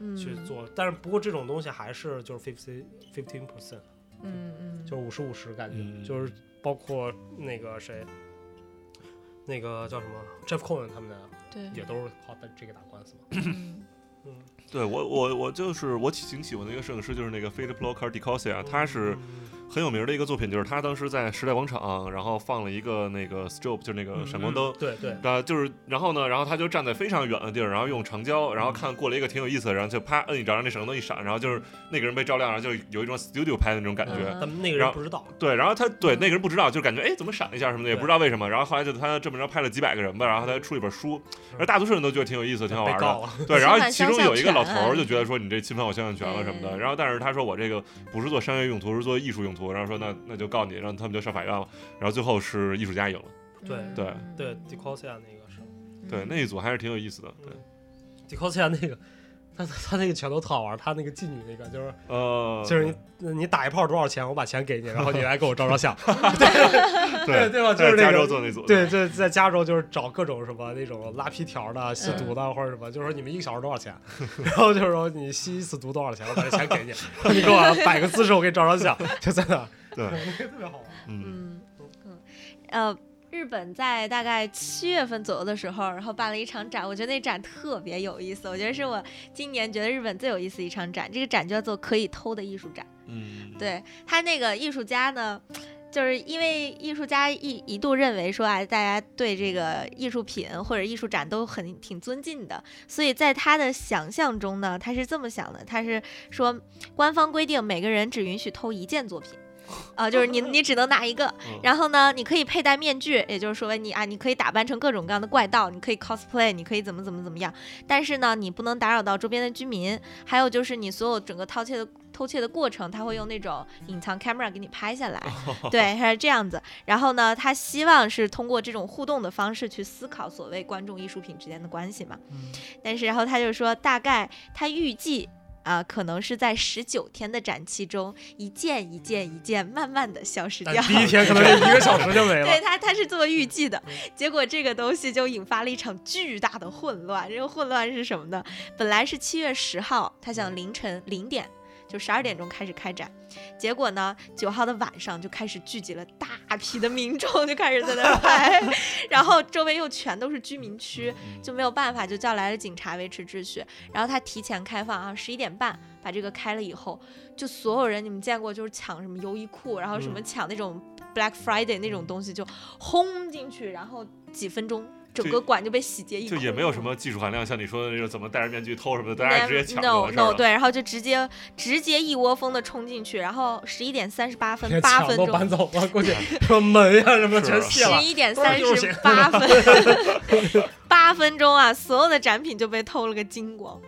Speaker 2: 嗯
Speaker 1: 去做。但是不过这种东西还是就是 fifty fifteen percent，
Speaker 2: 嗯嗯，
Speaker 1: 就是五十五十感觉，
Speaker 3: 嗯
Speaker 1: 就是包括那个谁，那个叫什么 Jeff Cohen 他们的
Speaker 2: 对，
Speaker 1: 也都是靠这个打官司嘛。
Speaker 2: 嗯
Speaker 1: 嗯，
Speaker 3: 对我我我就是我挺喜欢的一个摄影师，就是那个 Philip Locker d i c o s i a 他是
Speaker 1: 嗯
Speaker 3: 很有名的一个作品，就是他当时在时代广场，然后放了一个那个 strobe，就是那
Speaker 2: 嗯
Speaker 3: 个呃闪光灯。
Speaker 1: 对对，
Speaker 3: 啊，就是，然后呢，然后他就站在非常远的地儿，然后用长焦，然后看过了一个挺有意思的，然后就啪摁一张，然后那闪光灯一闪，然后就是那个人被照亮，然后就有一种 studio 拍的那种感觉。
Speaker 2: 嗯
Speaker 1: 但那个人
Speaker 3: 然后
Speaker 1: 不知道，
Speaker 3: 对，然后他对那个人不知道，就感觉哎怎么闪一下什么的，也
Speaker 1: 嗯对
Speaker 3: 不知道为什么。然后后来就他这么着拍了几百个人吧，然后他出了一本书，而大多数人都觉得挺有意思，挺好
Speaker 1: 嗯被
Speaker 3: 玩的
Speaker 1: 告。了，
Speaker 3: 对，
Speaker 2: 侵
Speaker 3: 然后
Speaker 2: 犯
Speaker 3: 其
Speaker 2: 肖
Speaker 3: 中
Speaker 2: 像
Speaker 3: 有一个老
Speaker 2: 权
Speaker 3: 头儿就觉得说你这侵犯我肖像权了什么的，
Speaker 2: 嗯
Speaker 3: 然后但是他说我这个不是做商业用途，是做艺术用途，然后说那那就告你，然后他们就上法院了，然后最后是艺术家赢了。
Speaker 1: 对
Speaker 2: 嗯
Speaker 3: 对
Speaker 1: 对 d e c o s i a 那个是
Speaker 3: 对，那一组还是挺有意思的。对，
Speaker 1: d e c o s i a 那个，他他他那个全都特好玩，他那个妓女那个就是
Speaker 3: 呃，
Speaker 1: 就是你你打一炮多少钱，我把钱给你，然后你来给我照照 相，
Speaker 3: 嗯对
Speaker 1: 对吧？就
Speaker 3: 在
Speaker 1: 是
Speaker 3: 加
Speaker 1: 那
Speaker 3: 州
Speaker 1: 个。
Speaker 3: 做那组，
Speaker 1: 对，这在加州就是找各种什么那种拉皮条的、吸毒的或者什么，就是说你们一个小时多少 钱，然后就是说你吸一次毒多少钱，我把这钱给你，然后你给我摆个姿势，我给你照张 相，就在那儿，
Speaker 3: 对，
Speaker 1: 那 个特别好玩。
Speaker 3: 嗯，
Speaker 2: 嗯嗯，呃，日本在大概七月份左右的时候，然后办了一场展，我觉得那展特别有意思，我觉得是我今年觉得日本最有意思一场展。这个展叫做“可以偷的艺术展”，
Speaker 3: 嗯，
Speaker 2: 对他那个艺术家呢。就是因为艺术家一一度认为说啊，大家对这个艺术品或者艺术展都很挺尊敬的，所以在他的想象中呢，他是这么想的，他是说官方规定每个人只允许偷一件作品，啊、就是你你只能拿一个，
Speaker 3: 嗯
Speaker 2: 然后呢，你可以佩戴面具，也就是说你啊，你可以打扮成各种各样的怪盗，你可以 cosplay，你可以怎么怎么怎么样。但是呢，你不能打扰到周边的居民。还有就是你所有整个盗窃的偷窃的过程，他会用那种隐藏 camera 给你拍下来，对，他是这样子。然后呢，他希望是通过这种互动的方式去思考所谓观众艺术品之间的关系嘛。但是然后他就说，大概他预计。啊，可能是在十九天的展期中，一件一件一件慢慢的消失
Speaker 1: 但
Speaker 2: 掉。
Speaker 1: 第一天可能就一个小时就没了
Speaker 2: 对。他，嗯他是这么预计的。结果这个东西就引发了一场巨大的混乱。这个混乱是什么呢？本来是七月十号，他想凌晨零点。就十二点钟开始开展，结果呢，九号的晚上就开始聚集了大批的民众，就开始在那儿 拍，然后周围又全都是居民区，
Speaker 3: 嗯
Speaker 2: 就没有办法，就叫来了警察维持秩序。然后他提前开放啊，十一点半把这个开了以后，就所有人你们见过，就是抢什么优衣库，然后
Speaker 3: 嗯
Speaker 2: 什么抢那种 Black Friday 那种东西，就轰进去，然后几分钟整个馆就被洗劫一
Speaker 3: 就
Speaker 2: 空。
Speaker 3: 也没有什么技术含量，像你说的那种怎么戴着面具偷什么的，大家
Speaker 2: Never-
Speaker 3: 直接抢就
Speaker 2: no
Speaker 3: 完事儿
Speaker 2: no
Speaker 3: 了。
Speaker 2: 对，然后就直接直接一窝蜂的冲进去，然后十一点三十八 分
Speaker 1: 连
Speaker 2: 八
Speaker 1: 墙
Speaker 2: 分
Speaker 1: 都搬
Speaker 2: 钟，
Speaker 1: 走了，估计说门呀、什么
Speaker 3: 是
Speaker 1: 全卸了
Speaker 2: 十。一点
Speaker 1: 都是
Speaker 2: 三
Speaker 1: 丢
Speaker 2: 十
Speaker 1: 谁
Speaker 2: 八分八分钟啊，所有的展品就被偷了个精光。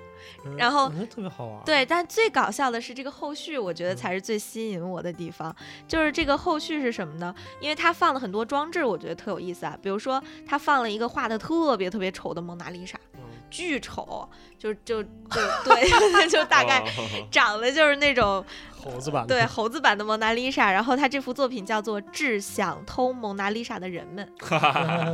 Speaker 2: 然后
Speaker 1: 我觉得嗯特别好玩。，
Speaker 2: 对，但最搞笑的是这个后续，我觉得
Speaker 1: 嗯
Speaker 2: 才是最吸引我的地方。就是这个后续是什么呢？因为他放了很多装置，我觉得特有意思啊。比如说，他放了一个画的特别特别丑的蒙娜丽莎，
Speaker 1: 嗯
Speaker 2: 巨丑，就就就对， 就大概
Speaker 3: 哦
Speaker 2: 长得就是那种
Speaker 1: 猴子版的
Speaker 2: 对，猴子版的蒙娜丽莎。然后他这幅作品叫做《致想偷蒙娜丽莎的人们》。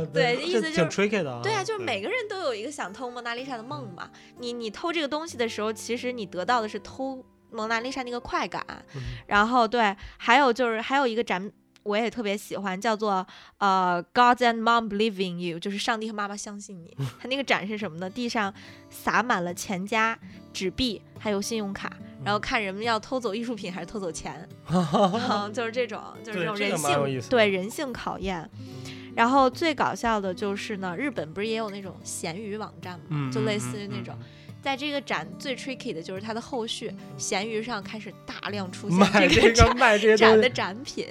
Speaker 1: 啊这
Speaker 2: 对意思
Speaker 1: 挺
Speaker 2: 就是
Speaker 1: tricky 的啊。嗯
Speaker 2: 对啊，就是
Speaker 3: 对
Speaker 2: 每个人都有一个想偷蒙娜丽莎的梦嘛。你你偷这个东西的时候，其实你得到的是偷蒙娜丽莎那个快感。
Speaker 1: 嗯
Speaker 2: 然后对，还有就是还有一个展。我也特别喜欢，叫做呃，God and Mom Believe in You，就是上帝和妈妈相信 你。它那个展是什么呢？地上撒满了钱夹、纸币，还有信用卡，
Speaker 1: 嗯
Speaker 2: 然后看人们要偷走艺术品还是偷 走钱，嗯就是这种，就是
Speaker 1: 对
Speaker 2: 种
Speaker 1: 这
Speaker 2: 人
Speaker 1: 个蛮
Speaker 2: 性
Speaker 1: 有意思的
Speaker 2: 对人性考验。然后最搞笑的就是呢，日本不是也有那种闲鱼网站嘛，
Speaker 1: 嗯
Speaker 2: 就类似于那 种。在这个展最 tricky 的就是它的后续，闲鱼上开始大量出现
Speaker 1: 卖
Speaker 2: 这
Speaker 1: 这
Speaker 2: 个展
Speaker 1: 个卖这些
Speaker 2: 展
Speaker 1: 东
Speaker 2: 的
Speaker 1: 西，
Speaker 2: 展品，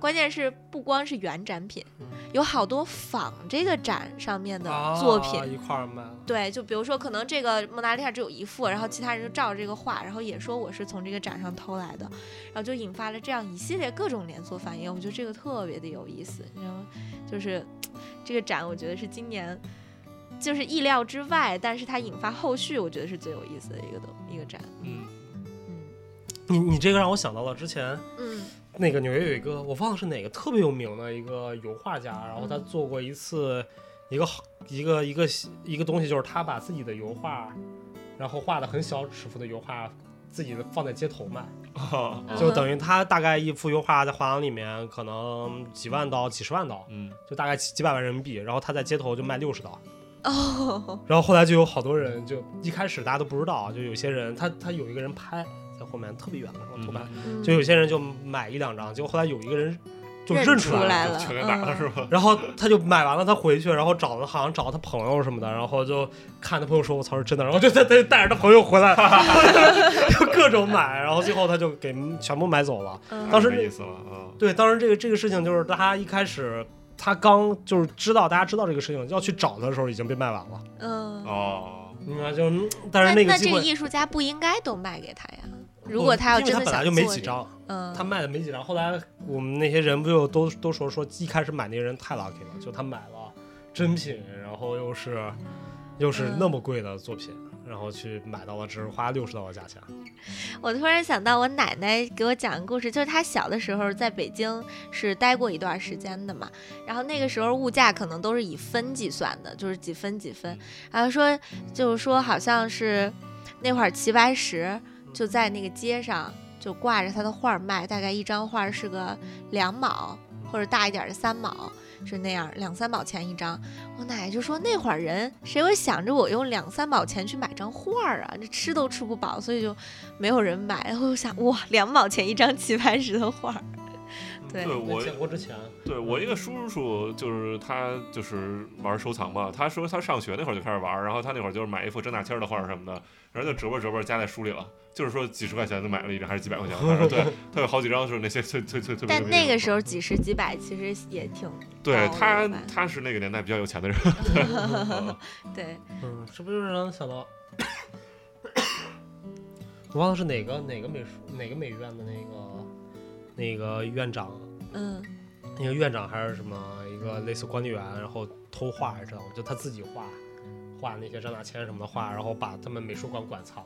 Speaker 2: 关键是不光是原展品
Speaker 1: 嗯，
Speaker 2: 有好多仿这个展上面的作品。
Speaker 1: 啊一块儿卖了。
Speaker 2: 对，就比如说，可能这个蒙娜丽莎只有一幅，然后其他人就照着这个画，然后也说我是从这个展上偷来的，然后就引发了这样一系列各种连锁反应。我觉得这个特别的有意思，然后就是这个展，我觉得是今年就是意料之外，但是它引发后续，我觉得是最有意思的一个东一个展。
Speaker 3: 嗯
Speaker 2: 嗯
Speaker 1: 你你这个让我想到了之前
Speaker 2: 嗯
Speaker 1: 那个纽约有一个我忘了是哪个特别有名的一个油画家，然后他
Speaker 2: 嗯
Speaker 1: 做过一次一个一个一个一个东西，就是他把自己的油画，然后画的很小尺幅的油画，自己的放在街头卖。
Speaker 3: 哦
Speaker 2: 嗯
Speaker 1: 就等于他大概一幅油画在画廊里面可能几万刀、几十万刀，
Speaker 3: 嗯，
Speaker 1: 就大概几几百万人民币，然后他在街头就卖六十刀。
Speaker 2: 哦，
Speaker 1: 啊然后后来就有好多人，就一开始大家都不知道，就有些人他他有一个人拍在在后面特别远的时候偷拍，
Speaker 2: 嗯
Speaker 1: 就有些人就买一两张，结果后来有一个人就
Speaker 2: 认
Speaker 1: 认
Speaker 2: 出
Speaker 1: 出来了。
Speaker 2: 来
Speaker 3: 就
Speaker 2: 了
Speaker 3: 全给打了
Speaker 2: 嗯
Speaker 3: 是吧？
Speaker 1: 然后他就买完了，他回去，然后找他好像找他朋友什么的，然后就看他朋友说：“我操，是真的。”然后就他他就带着他朋友回来， 就各种买，然后最后他就给全部买走了。
Speaker 2: 嗯
Speaker 1: 当时
Speaker 3: 没意思了啊，
Speaker 1: 对，当时这个这个事情就是他一开始他刚就是知道大家知道这个事情要去找他的时候已经被卖完了，
Speaker 2: 嗯，
Speaker 3: 哦，
Speaker 1: 你看就嗯但
Speaker 2: 那
Speaker 1: 是那个
Speaker 2: 那
Speaker 1: 机
Speaker 2: 这
Speaker 1: 会，
Speaker 2: 艺术家不应该都卖给他呀？如果他要
Speaker 1: 嗯因为
Speaker 2: 真
Speaker 1: 他
Speaker 2: 的
Speaker 1: 本来
Speaker 2: 想做，
Speaker 1: 就没几，张，
Speaker 2: 嗯，
Speaker 1: 他卖的没几张。后来我们那些人不就都都说说一开始买那个人太 lucky 了，就他买了真品，然后又是又是
Speaker 2: 嗯
Speaker 1: 那么贵的作品，然后去买到了只花六十刀的价钱。
Speaker 2: 我突然想到，我奶奶给我讲个故事，就是她小的时候在北京是待过一段时间的嘛，然后那个时候物价可能都是以分计算的，就是几分几分，然后说就是说好像是那会儿齐白石就在那个街上就挂着他的画儿卖，大概一张画儿是个两毛或者大一点儿的三毛。是那样，两三毛钱一张。我奶奶就说那会儿人谁会想着我用两三毛钱去买张画儿啊？这吃都吃不饱，所以就没有人买。然后我想，哇，两毛钱一张齐白石的画儿，对
Speaker 3: 对我
Speaker 1: 建国之前，
Speaker 3: 对我一个叔叔，就是他就是玩收藏嘛。他说他上学那会儿就开始玩，然后他那会儿就是买一幅张大千儿的画儿什么的，然后就折吧折吧夹在书里了。就是说几十块钱就买了一张，还是几百块钱，反正对他有好几张就是那些最最最特别。
Speaker 2: 但那个时
Speaker 3: 候，
Speaker 2: 候几十几百其实也挺
Speaker 3: 对
Speaker 2: 高
Speaker 3: 他
Speaker 2: 了吧
Speaker 3: 他是那个年代比较有钱的人。 嗯
Speaker 2: 对。
Speaker 1: 嗯，这不就是让人想到，我忘了是哪个哪个美术哪个美院的那个那个院长，
Speaker 2: 嗯，
Speaker 1: 那个院长还是什么一个类似管理员，然后偷画，知道吗？就他自己画。画那些张大千什么的画，然后把他们美术馆馆藏，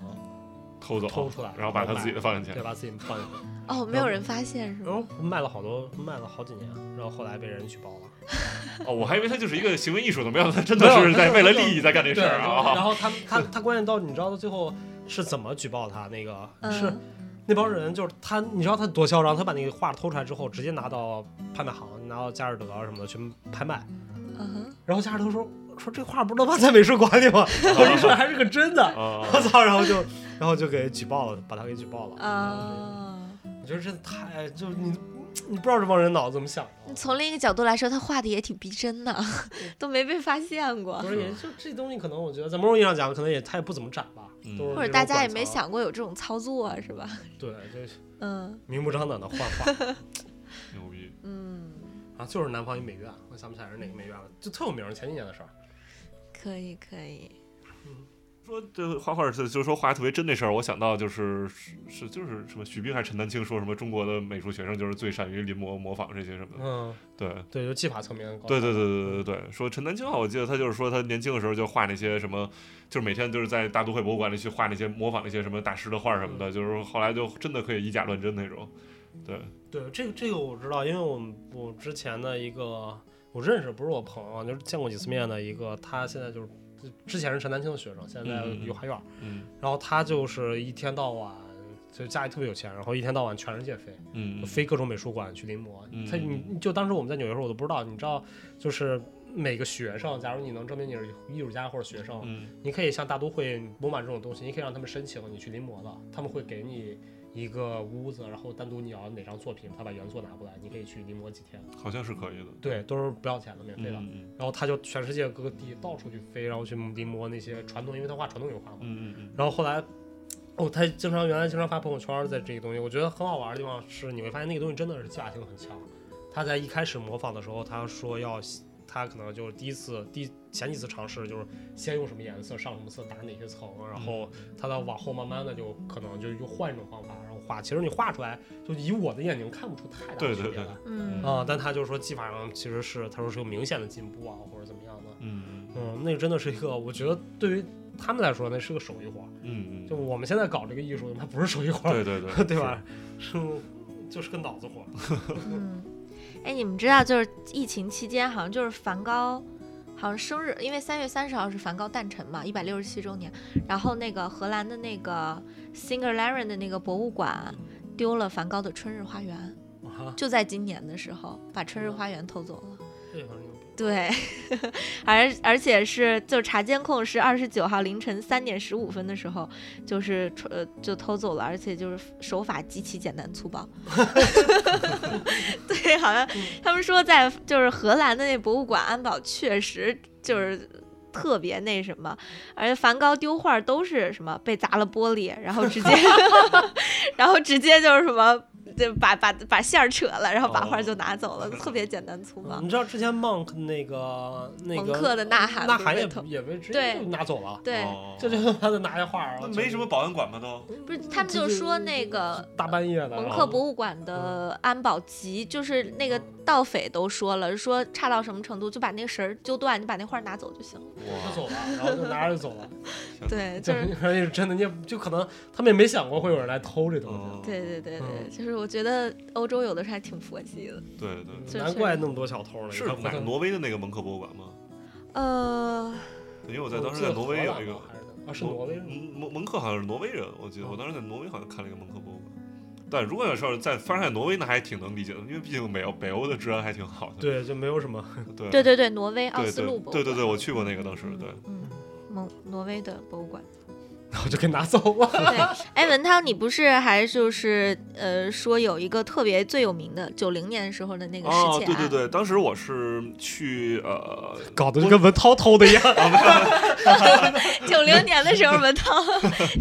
Speaker 3: 偷走，
Speaker 1: 偷出来
Speaker 3: 然后把他自己的放进去
Speaker 1: 对，。把自己放进去，
Speaker 2: 哦，没有人发现是
Speaker 1: 然
Speaker 2: 吗
Speaker 1: 后？卖了好多，卖了好几年，然后后来被人举报了。
Speaker 3: 哦，我还以为他就是一个行为艺术的，没想到他真的
Speaker 1: 没有
Speaker 3: 是在
Speaker 1: 他就是
Speaker 3: 为了利益在干这事儿
Speaker 1: 然
Speaker 3: 啊！
Speaker 1: 后他他他关键到你知道他最后是怎么举报他那个
Speaker 2: 嗯，
Speaker 1: 是那帮人就是他，你知道他多嚣张，他把那个画偷出来之后，直接拿到拍卖行，拿到佳士得什么的去拍卖。
Speaker 2: 嗯哼，
Speaker 1: 然后佳士得说说这画不是都放在美术馆里吗？ 我一说还是个真的，
Speaker 3: 啊
Speaker 1: 我操！然后就然后就给举报了，把他给举报了。
Speaker 2: 啊，
Speaker 1: 我觉得这太就是你你不知道这帮人脑子怎么想 的。
Speaker 2: 从另一个角度来说，他画的也挺逼真的， 都没被发现过
Speaker 1: 不。是，也就这东西，可能我觉得在某种意义上讲，可能也他也不怎么展吧，
Speaker 3: 嗯
Speaker 1: 都是
Speaker 2: 或者
Speaker 1: 这种
Speaker 2: 大家也
Speaker 1: 馆
Speaker 2: 没
Speaker 1: 藏，
Speaker 2: 想过有这种操作，是吧？
Speaker 1: 对，就是
Speaker 2: 嗯
Speaker 1: 明目张胆的画画
Speaker 3: 牛逼！
Speaker 2: 嗯，
Speaker 1: 啊，就是南方一美院，我想不起来是哪个美院了，就特有名儿，前几年的事儿。
Speaker 2: 可以可以，
Speaker 3: 说这画画是就是说画得特别真这事儿，我想到就是是是就是什么许冰还是陈丹青说什么中国的美术学生就是最善于临摹模仿这些什么的，
Speaker 1: 嗯，
Speaker 3: 对。
Speaker 1: 对，就技法层面高。
Speaker 3: 对对对对对对对，说陈丹青啊，我记得他就是说他年轻的时候就画那些什么，就是每天就是在大都会博物馆里去画那些模仿那些什么大师的画什么
Speaker 1: 嗯
Speaker 3: 的，就是后来就真的可以以假乱真那种。对，
Speaker 1: 对，这个这个我知道，因为我们我之前的一个我认识，不是我朋友啊，就是见过几次面的一个，他现在就是之前是陈丹青的学生，现在在
Speaker 3: 嗯嗯嗯
Speaker 1: 油画院儿，
Speaker 3: 嗯
Speaker 1: 然后他就是一天到晚就家里特别有钱，然后一天到晚全世界飞，
Speaker 3: 嗯，
Speaker 1: 飞各种美术馆去临摹。
Speaker 3: 嗯
Speaker 1: 他你你就当时我们在纽约的时候，我都不知道，你知道，就是每个学生，假如你能证明你是艺术家或者学生，
Speaker 3: 嗯
Speaker 1: 你可以像大都会、博物馆这种东西，你可以让他们申请你去临摹的，他们会给你一个屋子，然后单独你要哪张作品，他把原作拿过来，你可以去临摹几天。
Speaker 3: 好像是可以的，
Speaker 1: 对，都是不要钱的，免费的。
Speaker 3: 嗯
Speaker 1: 然后他就全世界各个地到处去飞，然后去临摹那些传统，因为他画传统油画嘛。
Speaker 3: 嗯嗯
Speaker 1: 然后后来，哦，他经常原来经常发朋友圈，在这个东西，我觉得很好玩的地方是，你会发现那个东西真的是技法性很强。他在一开始模仿的时候，他说要，他可能就是第一次、第前几次尝试，就是先用什么颜色上什么色，打哪些层，然
Speaker 3: 嗯
Speaker 1: 后他到往后慢慢的就可能就又换一种方法，然后画。其实你画出来，就以我的眼睛看不出太大的
Speaker 3: 对
Speaker 1: 区
Speaker 3: 对
Speaker 1: 别
Speaker 3: 对
Speaker 1: 来。
Speaker 2: 嗯
Speaker 1: 啊、但他就是说技法上其实是，他说是有明显的进步啊，或者怎么样的。
Speaker 3: 嗯嗯
Speaker 1: 嗯，那个真的是一个，我觉得对于他们来说，那是个手艺活儿。
Speaker 3: 嗯
Speaker 1: 就，我们现在搞这个艺术，它不是手艺活儿，
Speaker 3: 对对 对，
Speaker 1: 对吧？是，就是个脑子活儿。
Speaker 2: 嗯，哎，你们知道，就是疫情期间，好像就是梵高，好像生日，因为三月三十号是梵高诞辰嘛，一百六十七周年。然后那个荷兰的那个 Singer Laren 的那个博物馆丢了梵高的春日花园，
Speaker 1: 啊，
Speaker 2: 就在今年的时候把春日花园偷走了。
Speaker 1: 这很牛逼。
Speaker 2: 对， 而而且是就查监控是二十九号凌晨三点十五分的时候，就是呃就偷走了，而且就是手法极其简单粗暴。 对，好像他们说在就是荷兰的那博物馆安保确实就是特别那什么，而且梵高丢画都是什么被砸了玻璃，然后直接 然后直接就是什么。就把把把线儿扯了，然后把画就拿走了，特别简单粗暴。
Speaker 1: 你知道之前 Monk 那个那
Speaker 2: 蒙
Speaker 1: 个
Speaker 2: 克的呐喊，
Speaker 1: 呐喊也
Speaker 2: 不是被偷
Speaker 1: 也被直
Speaker 2: 对
Speaker 1: 接就拿走了，
Speaker 2: 对，
Speaker 3: 哦
Speaker 1: 这就他的拿下画儿
Speaker 3: 那
Speaker 1: 了，
Speaker 3: 没什么保安管吧都。
Speaker 2: 不是他们就说那个
Speaker 1: 大半夜的。
Speaker 3: 嗯
Speaker 2: 蒙
Speaker 1: 然
Speaker 2: 克
Speaker 1: 后
Speaker 2: 博物馆的安保级，就是那个盗匪都说了，说差到什么程度，就把那个绳儿揪断，你把那画儿拿走就行了。
Speaker 1: 就走
Speaker 3: 哇，
Speaker 1: 了，然后就拿着就走了。
Speaker 2: 对， 就
Speaker 1: 就是
Speaker 2: 是。
Speaker 1: 而且是真的，你也就可能他们也没想过会有人来偷这东
Speaker 3: 哦
Speaker 1: 西，
Speaker 2: 对对对对，
Speaker 1: 嗯
Speaker 2: 就是我觉得欧洲有的时候还挺佛系的，
Speaker 3: 对对，
Speaker 2: 就是
Speaker 1: 难怪那么多小偷呢。
Speaker 3: 是
Speaker 1: 你看
Speaker 3: 买
Speaker 1: 回头
Speaker 3: 挪威的那个蒙克博物馆吗？
Speaker 2: 呃，
Speaker 3: 因为我在当时在挪威有一个嗯
Speaker 1: 荷兰吧还是哪啊，是挪威是吗
Speaker 3: 蒙蒙蒙克好像是挪威人，我记得
Speaker 1: 哦
Speaker 3: 我当时在挪威好像看了一个蒙克博物馆。但如果要是在发生在挪威，那还挺能理解的，因为毕竟北欧北欧的治安还挺好的。
Speaker 1: 对，就没有什么
Speaker 3: 对
Speaker 2: 对对对，挪威奥
Speaker 3: 对
Speaker 2: 斯陆博物
Speaker 3: 对
Speaker 2: 馆，
Speaker 3: 对对，我去过那个当时，对，
Speaker 2: 嗯，蒙挪威的博 物馆。
Speaker 1: 然后就给拿走了。
Speaker 2: 对，哎，文涛，你不是还就是呃说有一个特别最有名的九零年的时候的那个事
Speaker 3: 哦，
Speaker 2: 件、啊
Speaker 3: 对对，对，当时我是去呃，
Speaker 1: 搞得就跟文涛偷的一样，
Speaker 2: 九零年的时候，文 涛，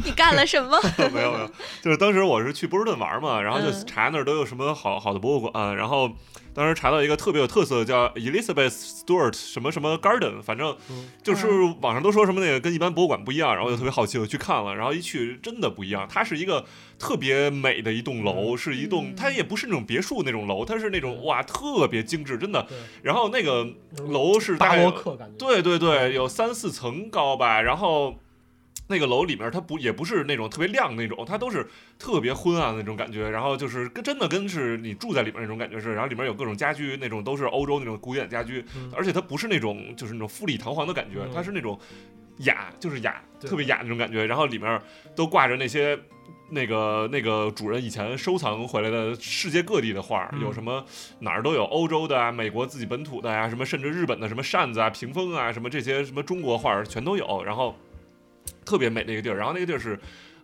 Speaker 2: 你干了什么？
Speaker 3: 没有没有，就是当时我是去波士顿玩嘛，然后就
Speaker 2: 嗯
Speaker 3: 查那儿都有什么好好的博物馆、呃然后当时查到一个特别有特色的叫 Elizabeth Stewart 什么什么 Garden，反正
Speaker 1: 嗯
Speaker 3: 就是网上都说什么那个跟一般博物馆不一样，然后我就特别好奇，我去看了，然后一去真的不一样，它是一个特别美的一栋楼，是一栋
Speaker 2: 嗯
Speaker 3: 它也不是那种别墅那种楼，它是那种哇特别精致，真的
Speaker 1: 嗯对。
Speaker 3: 然后那个 楼是大
Speaker 1: 巴
Speaker 3: 概
Speaker 1: 洛
Speaker 3: 有
Speaker 1: 克感觉。
Speaker 3: 对对对，有三四层高吧，然后。那个楼里面，它不也不是那种特别亮那种，它都是特别昏暗的那种感觉，然后就是跟真的跟是你住在里面那种感觉是，然后里面有各种家居那种都是欧洲那种古典家居，
Speaker 1: 嗯
Speaker 3: 而且它不是那种就是那种富丽堂皇的感觉，
Speaker 1: 嗯
Speaker 3: 它是那种雅，就是雅，
Speaker 1: 对
Speaker 3: 特别雅那种感觉，然后里面都挂着那些那个那个主人以前收藏回来的世界各地的画儿，
Speaker 1: 嗯
Speaker 3: 有什么哪儿都有，欧洲的啊，美国自己本土的呀、什么甚至日本的什么扇子啊、屏风啊，什么这些什么中国画儿全都有，然后特别美的一个地儿，然后那个地儿是。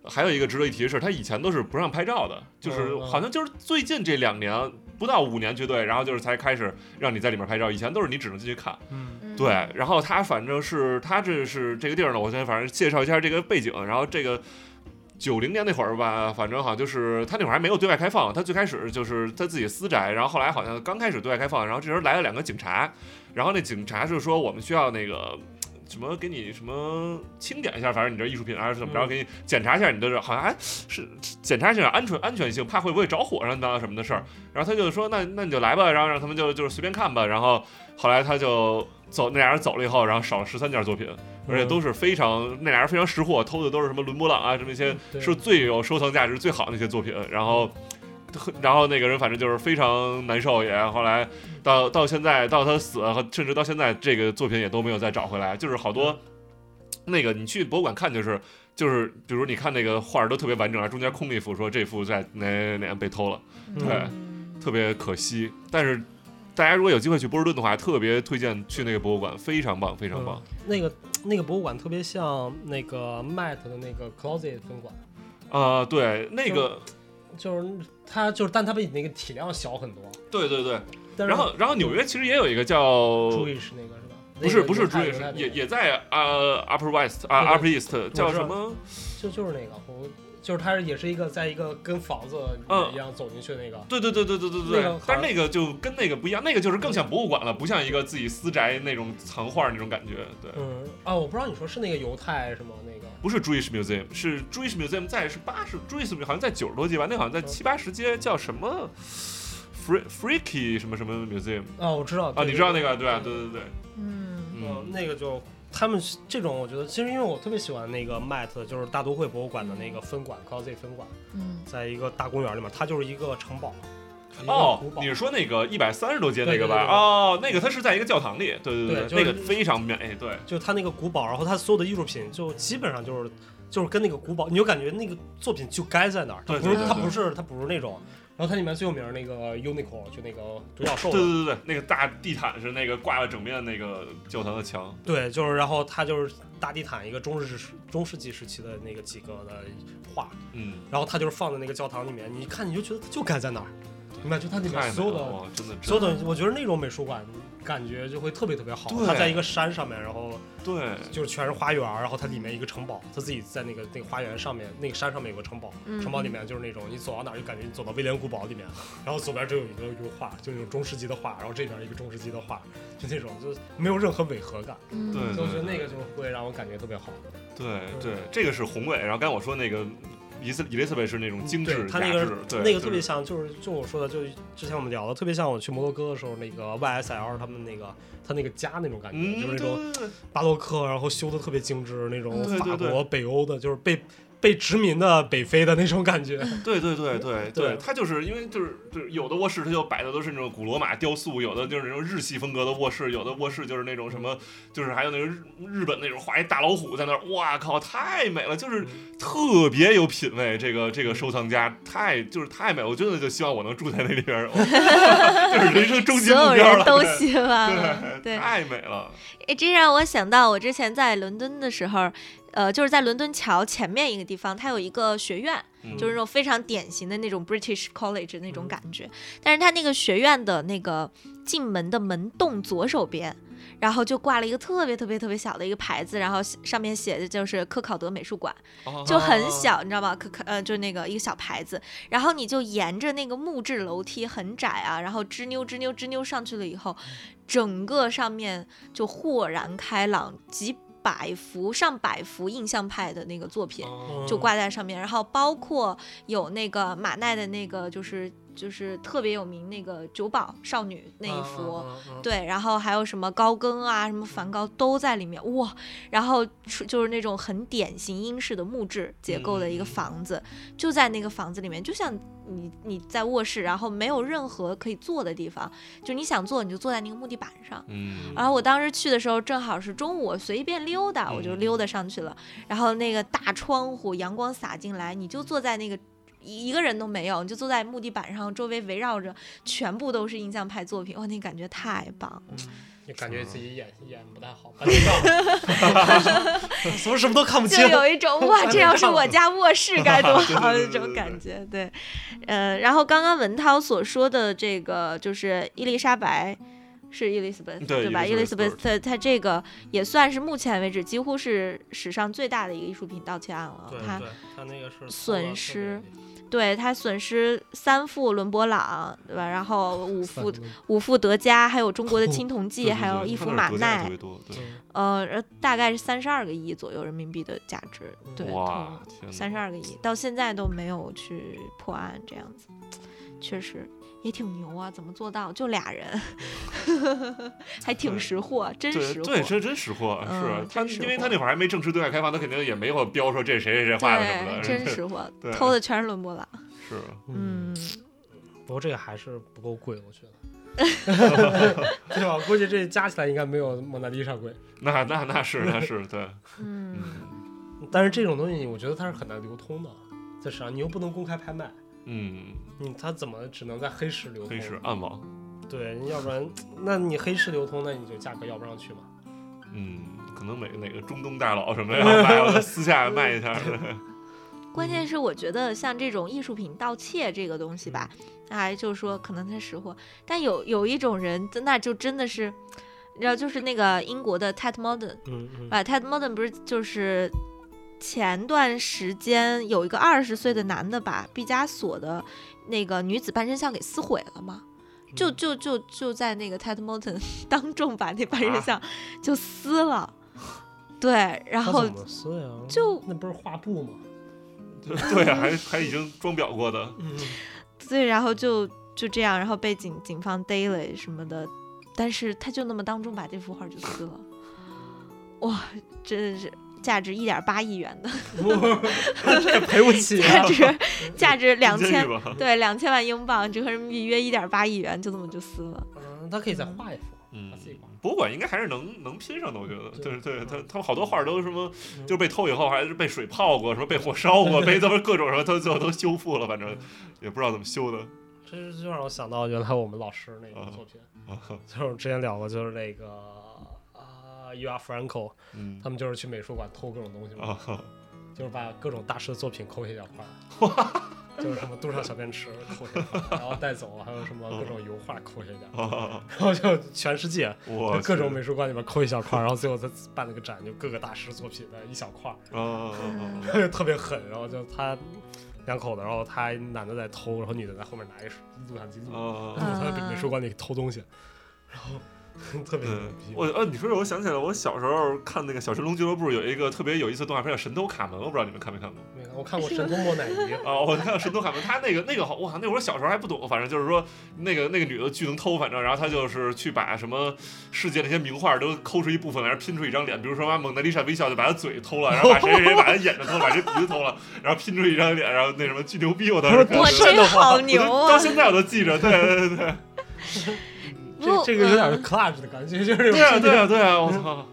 Speaker 3: 还有一个值得一提的是，它以前都是不让拍照的，就是
Speaker 1: 嗯嗯
Speaker 3: 好像就是最近这两年不到五年绝对，然后就是才开始让你在里面拍照，以前都是你只能进去看。
Speaker 1: 嗯，
Speaker 2: 嗯
Speaker 3: 对，然后他反正是他这是这个地儿呢，我先反正介绍一下这个背景，然后这个。九零年那会儿吧，反正好像就是他那会儿还没有对外开放，他最开始就是他自己私宅，然后后来好像刚开始对外开放，然后这时候来了两个警察，然后那警察就说我们需要那个什么给你什么清点一下，反正你这艺术品啊还是怎么着，
Speaker 1: 嗯
Speaker 3: 给你检查一下你的这好像还是检查一下安全安全性，怕会不会着火上当什么的事儿。
Speaker 1: 嗯
Speaker 3: 然后他就说那那你就来吧，然后让他们就就是随便看吧。然后后来他就走，那俩人走了以后，然后少了十三件作品，而且都是非常那俩人非常识货，偷的都是什么伦勃朗啊，什么一些
Speaker 1: 对
Speaker 3: 是最有收藏价值最好的那些作品。然后，然后那个人反正就是非常难受也。后来到到现在到他死，甚至到现在这个作品也都没有再找回来。就是好多那个你去博物馆看就是。就是，比如你看那个画儿都特别完整啊，中间空了一幅，说这幅在哪哪哪被偷了，
Speaker 2: 嗯
Speaker 3: 对特别可惜。但是，大家如果有机会去波士顿的话，特别推荐去那个博物馆，非常棒，非常棒。
Speaker 1: 那个那个博物馆特别像那个 Met 的那个 Closet 分馆，
Speaker 3: 啊、对，那个，
Speaker 1: 就是它就是，但它比那个体量小很多。
Speaker 3: 对对对。
Speaker 1: 但是
Speaker 3: 然后，然后纽约其实也有一个叫
Speaker 1: 注意是那个是吧？
Speaker 3: 不是
Speaker 1: 那个
Speaker 3: 不是
Speaker 1: 犹
Speaker 3: d
Speaker 1: 太
Speaker 3: r e
Speaker 1: 犹太
Speaker 3: a
Speaker 1: 那
Speaker 3: 也
Speaker 1: 个
Speaker 3: 也在呃 Upper West 啊
Speaker 1: 对
Speaker 3: Upper East 叫什么？
Speaker 1: 就就是那个，我就是它也是一个在一个跟房子
Speaker 3: 嗯
Speaker 1: 一样走进去那个。
Speaker 3: 对对对对对对
Speaker 1: 那
Speaker 3: 对
Speaker 1: 个好，
Speaker 3: 但是那个就跟那个不一样，那个就是更像博物馆了，不像一个自己私宅那种藏画那种感觉。对，
Speaker 1: 嗯啊，我不知道你说是那个犹太是吗？那个
Speaker 3: 不是 Jewish Museum，是 Jewish Museum 在是八十 Jewish Museum 好像在九十多街吧，那好像在
Speaker 1: 嗯
Speaker 3: 七八十街叫什么 Free Freaky 什么什么 Museum
Speaker 1: 啊，我知道
Speaker 3: 啊，你知道那个对吧？
Speaker 1: 对
Speaker 3: 对对对，
Speaker 2: 嗯，
Speaker 1: 嗯，
Speaker 3: 嗯
Speaker 1: 那个就他们是这种，我觉得其实因为我特别喜欢那个 Met，就是大都会博物馆的那个分馆 Closet 分馆，
Speaker 2: 嗯
Speaker 1: 在一个大公园里面，它就是一个城堡，一个
Speaker 3: 哦
Speaker 1: 古，堡
Speaker 3: 你是说那个一百三十多街那个
Speaker 1: 对对对
Speaker 3: 吧？
Speaker 1: 对
Speaker 3: 哦，那个它是在一个教堂里，
Speaker 1: 对
Speaker 3: 对对
Speaker 1: 就是
Speaker 3: 那个非常美，哎对。
Speaker 1: 就它那个古堡，然后它所有的艺术品就基本上就是就是跟那个古堡，你就感觉那个作品就该在那儿，它
Speaker 3: 对
Speaker 1: 不是
Speaker 2: 对对
Speaker 1: 它
Speaker 2: 对
Speaker 1: 不是它不是那种。后它里面最有名儿那个 unicorn 就那个独角兽
Speaker 3: 对
Speaker 1: 的，
Speaker 3: 对对对，那个大地毯是那个挂了整面那个教堂的墙，
Speaker 1: 对，就是然后它就是大地毯一个中世中世纪时期的那个几个的画，
Speaker 3: 嗯，
Speaker 1: 然后它就是放在那个教堂里面，你一看你就觉得它就该在那儿，明白？就它里
Speaker 3: 太
Speaker 1: 面
Speaker 3: 美
Speaker 1: 所有
Speaker 3: 了
Speaker 1: 的
Speaker 3: 哇真的
Speaker 1: 所有
Speaker 3: 真
Speaker 1: 的，我觉得那种美术馆感觉就会特别特别好。
Speaker 3: 对
Speaker 1: 它在一个山上面，然后
Speaker 3: 对，
Speaker 1: 就是全是花园儿，然后它里面一个城堡，它自己在那个那个花园上面，那个山上面有个城堡，
Speaker 2: 嗯
Speaker 1: 城堡里面就是那种你走到哪儿就感觉你走到威廉古堡里面，然后左边就有一个油画，就那种中世纪的画，然后这边一个中世纪的画，就那种就没有任何违和感，
Speaker 2: 嗯
Speaker 3: 对嗯
Speaker 1: 所以我觉得那个就会让我感觉特别好。
Speaker 3: 对
Speaker 1: 对
Speaker 3: 对，这个是宏伟。然后刚才我说那个伊斯伊丽莎白是那种精致
Speaker 1: 对，它
Speaker 3: 雅
Speaker 1: 那
Speaker 3: 致
Speaker 1: 个，
Speaker 3: 对，
Speaker 1: 那
Speaker 3: 就
Speaker 1: 个
Speaker 3: 是
Speaker 1: 特别像，就是就我说的，就之前我们聊的，特别像我去摩洛哥的时候，那个 YSL 他们那个他那个家那种感觉，
Speaker 3: 嗯，
Speaker 1: 就是那
Speaker 3: 对
Speaker 1: 种
Speaker 3: 对对
Speaker 1: 巴洛克，然后修的特别精致，那种
Speaker 2: 嗯
Speaker 3: 对
Speaker 1: 法国、
Speaker 3: 对对
Speaker 1: 北欧的，就是被被殖民的北非的那种感觉。
Speaker 3: 嗯对对对对
Speaker 1: 对
Speaker 3: 对，它就是因为就是就是有的卧室它就摆的都是那种古罗马雕塑，有的就是那种日系风格的卧室，有的卧室就是那种什
Speaker 1: 嗯
Speaker 3: 么，就是还有那个日日本那种画一大老虎在那儿，哇靠，太美了，
Speaker 1: 嗯
Speaker 3: 就是特别有品位。这个这个收藏家太就是太美，我真的就希望我能住在那里边儿， 就是人生终极
Speaker 2: 所
Speaker 3: 目
Speaker 2: 有
Speaker 3: 标
Speaker 2: 人
Speaker 3: 了。
Speaker 2: 都
Speaker 3: 对
Speaker 2: 希望了，
Speaker 3: 对，
Speaker 2: 对，
Speaker 3: 太美了，
Speaker 2: 哎，这让我想到我之前在伦敦的时候，呃，就是在伦敦桥前面一个地方，它有一个学院，
Speaker 3: 嗯
Speaker 2: 就是那种非常典型的那种 British College 那种感觉。但是它那个学院的那个进门的门洞左手边，然后就挂了一个特别特别特别小的一个牌子，然后上面写的就是科考德美术馆。
Speaker 3: 啊
Speaker 2: 就很小，你知道吗？可可呃，就那个一个小牌子，然后你就沿着那个木质楼梯很窄啊，然后吱扭吱扭吱扭上去了以后，整个上面就豁然开朗，几百幅上百幅印象派的那个作品
Speaker 1: 嗯
Speaker 3: 哦
Speaker 2: 就挂在上面，然后包括有那个马奈的那个就是就是特别有名那个九保少女那
Speaker 1: 嗯
Speaker 2: 一幅，对，然后还有什么高更啊，什么梵高都在里面哇。然后出就是那种很典型英式的木质结构的一个
Speaker 3: 嗯嗯嗯
Speaker 2: 房子，就在那个房子里面，就像你你在卧室，然后没有任何可以坐的地方，就你想坐你就坐在那个木地板上。
Speaker 3: 嗯
Speaker 2: 然后我当时去的时候正好是中午，我随便溜达，我就
Speaker 3: 嗯
Speaker 2: 溜达上去了。然后那个大窗户，阳光洒进来，你就坐在那个一一个人都没有，你就坐在木地板上，周围围绕着全部都是印象派作品，哇，那感觉太棒了！
Speaker 1: 就感觉自己演演不太好，搬家 了，什么什么都看不
Speaker 2: 就
Speaker 1: 清。
Speaker 2: 有一 种哇，这要是我家卧室该多好
Speaker 3: 对对对
Speaker 2: 那种感觉。对，呃，然后刚刚文涛所说的这个就是伊丽莎白。是 Elizabeth
Speaker 3: 嗯对
Speaker 2: 吧
Speaker 3: Elizabeth
Speaker 2: ？Elizabeth 她她这个也算是目前为止几乎是史上最大的一个艺术品盗窃案了。她
Speaker 1: 对，他那个是
Speaker 2: 损失对她损失三副伦勃朗，对吧？然后五副五副德加，还有中国的青铜
Speaker 3: 哦对
Speaker 2: 器，还有一幅马奈
Speaker 3: 特，别多，
Speaker 1: 嗯
Speaker 3: 对，
Speaker 2: 呃，呃大概是三十二个亿左右人民币的价值。对，
Speaker 3: 哇，
Speaker 2: 三十
Speaker 3: 二，
Speaker 2: 二个亿，到现在都没有去破案，这样子，确实也挺牛啊！怎么做到？就俩人， 还挺识货，真
Speaker 3: 对
Speaker 2: 识货。
Speaker 3: 对，真真识货，
Speaker 2: 嗯
Speaker 3: 是啊他，
Speaker 2: 真识
Speaker 3: 因为
Speaker 2: 货
Speaker 3: 他那会儿还没正式对外开放，他肯定也没有标说这谁谁谁画的什么
Speaker 2: 对
Speaker 3: 的，
Speaker 2: 真
Speaker 3: 是
Speaker 2: 识货，
Speaker 3: 对
Speaker 2: 偷的全是伦勃朗。
Speaker 3: 是，啊
Speaker 2: 嗯，
Speaker 1: 不过这个还是不够贵，我觉得。 对吧？估计这加起来应该没有蒙娜丽莎贵，
Speaker 3: 那那那是那是对，
Speaker 2: 嗯，
Speaker 3: 嗯
Speaker 1: 但是这种东西我觉得它是很难流通的，在市场你又不能公开拍卖，
Speaker 3: 嗯，
Speaker 1: 你它怎么只能在黑市流通？
Speaker 3: 黑
Speaker 2: 嗯
Speaker 3: 市暗网，
Speaker 1: 对，要不然，那你黑市流通，那你就价格要不上去嘛。
Speaker 3: 嗯，可能哪哪个中东大佬什么的要卖了，私下卖一下，
Speaker 2: 关键是我觉得像这种艺术品盗窃这个东西吧，
Speaker 3: 嗯
Speaker 2: 哎，就是说可能他识货，但有有一种人，那就真的是，你知道，就是那个英国的 Ted Modern，
Speaker 1: 嗯嗯
Speaker 2: 啊，Ted Modern 不是就是前段时间有一个二十岁的男的把毕加索的那个女子半身像给撕毁了吗？就
Speaker 1: 嗯
Speaker 2: 就就就在那个 Ted Modern 当众把那半身
Speaker 1: 啊
Speaker 2: 像就撕了，对，然后
Speaker 1: 怎么撕呀？
Speaker 2: 就
Speaker 1: 那不是画布吗？
Speaker 3: 对啊，还还已经装裱过的，
Speaker 1: 嗯，
Speaker 2: 所以然后就就这样，然后被警警方逮了什么的，但是他就那么当众把这幅画就撕了，哇，真的是价值一点八亿元的，
Speaker 1: 嗯 这赔不起
Speaker 2: 价
Speaker 1: 啊！
Speaker 2: 值价值两
Speaker 3: 进
Speaker 2: 千
Speaker 3: 监狱吧，
Speaker 2: 对，两千万英镑，折合人民币约一点八亿元，就这么就撕了。
Speaker 1: 嗯，他可以再画一幅，
Speaker 3: 嗯
Speaker 1: 他自己画。
Speaker 3: 博物馆应该还是能能拼上的，我觉得，
Speaker 1: 对
Speaker 3: 对对，
Speaker 1: 嗯
Speaker 3: 他他们好多画儿都是什么，
Speaker 1: 嗯
Speaker 3: 就是被偷以后还是被水 泡过，什么被火烧过，被他们各种什么，他最后都修复了，反正也不知道怎么修的。
Speaker 1: 这就让我想到原来我们老师那个作品，就是我们之前聊过，就是那个啊 u r Franco，
Speaker 3: 嗯
Speaker 1: 他们就是去美术馆偷各种东西嘛，
Speaker 3: 啊哈
Speaker 1: 就是把各种大师的作品抠下两块儿， 就是什么杜尚小便池抠下一块儿，然后带走，还有什么各种油画抠下一点儿，
Speaker 3: 啊哈，
Speaker 1: 然后就全世界
Speaker 3: 我
Speaker 1: 各种美术馆里面抠一小块儿，然后最后他办了个展，就各个大师作品的一小块儿，
Speaker 3: 啊啊 啊
Speaker 1: 就特别狠，然后就他。两口子，然后他男的在偷，然后女的在后面拿一录像机录，
Speaker 3: 啊啊！
Speaker 1: 然后他在美术馆里偷东西，然后 特别牛
Speaker 3: 嗯，
Speaker 1: 逼。
Speaker 3: 我呃，你说这我想起来，我小时候看那个《小神龙俱乐部》有一个特别有意思的动画片叫《神偷卡门》，我不知道你们看没看过，
Speaker 1: 没看我看过《神偷莫乃伊》
Speaker 3: 啊？ 我看《神偷卡门》，他那个那个好哇，那会儿小时候还不懂，反正就是说那个那个女的巨能偷，反正然后她就是去把什么世界那些名画都抠出一部分来，然后拼出一张脸，比如说把蒙娜丽莎微笑就把她嘴偷了，然后把谁谁谁把她眼睛偷了，把谁鼻子偷了，然后拼出一张脸，然后那什么巨牛逼，我当时看
Speaker 2: 哇，
Speaker 3: 的
Speaker 1: 是
Speaker 3: 我
Speaker 2: 这好
Speaker 3: 就
Speaker 2: 牛
Speaker 3: 到
Speaker 2: 啊！
Speaker 3: 现在我都记着，对对对对。
Speaker 2: 我
Speaker 1: 这这个有
Speaker 3: 嗯
Speaker 1: 点 clutch 的感觉，就是
Speaker 3: 对啊，对啊，对啊！ 我操，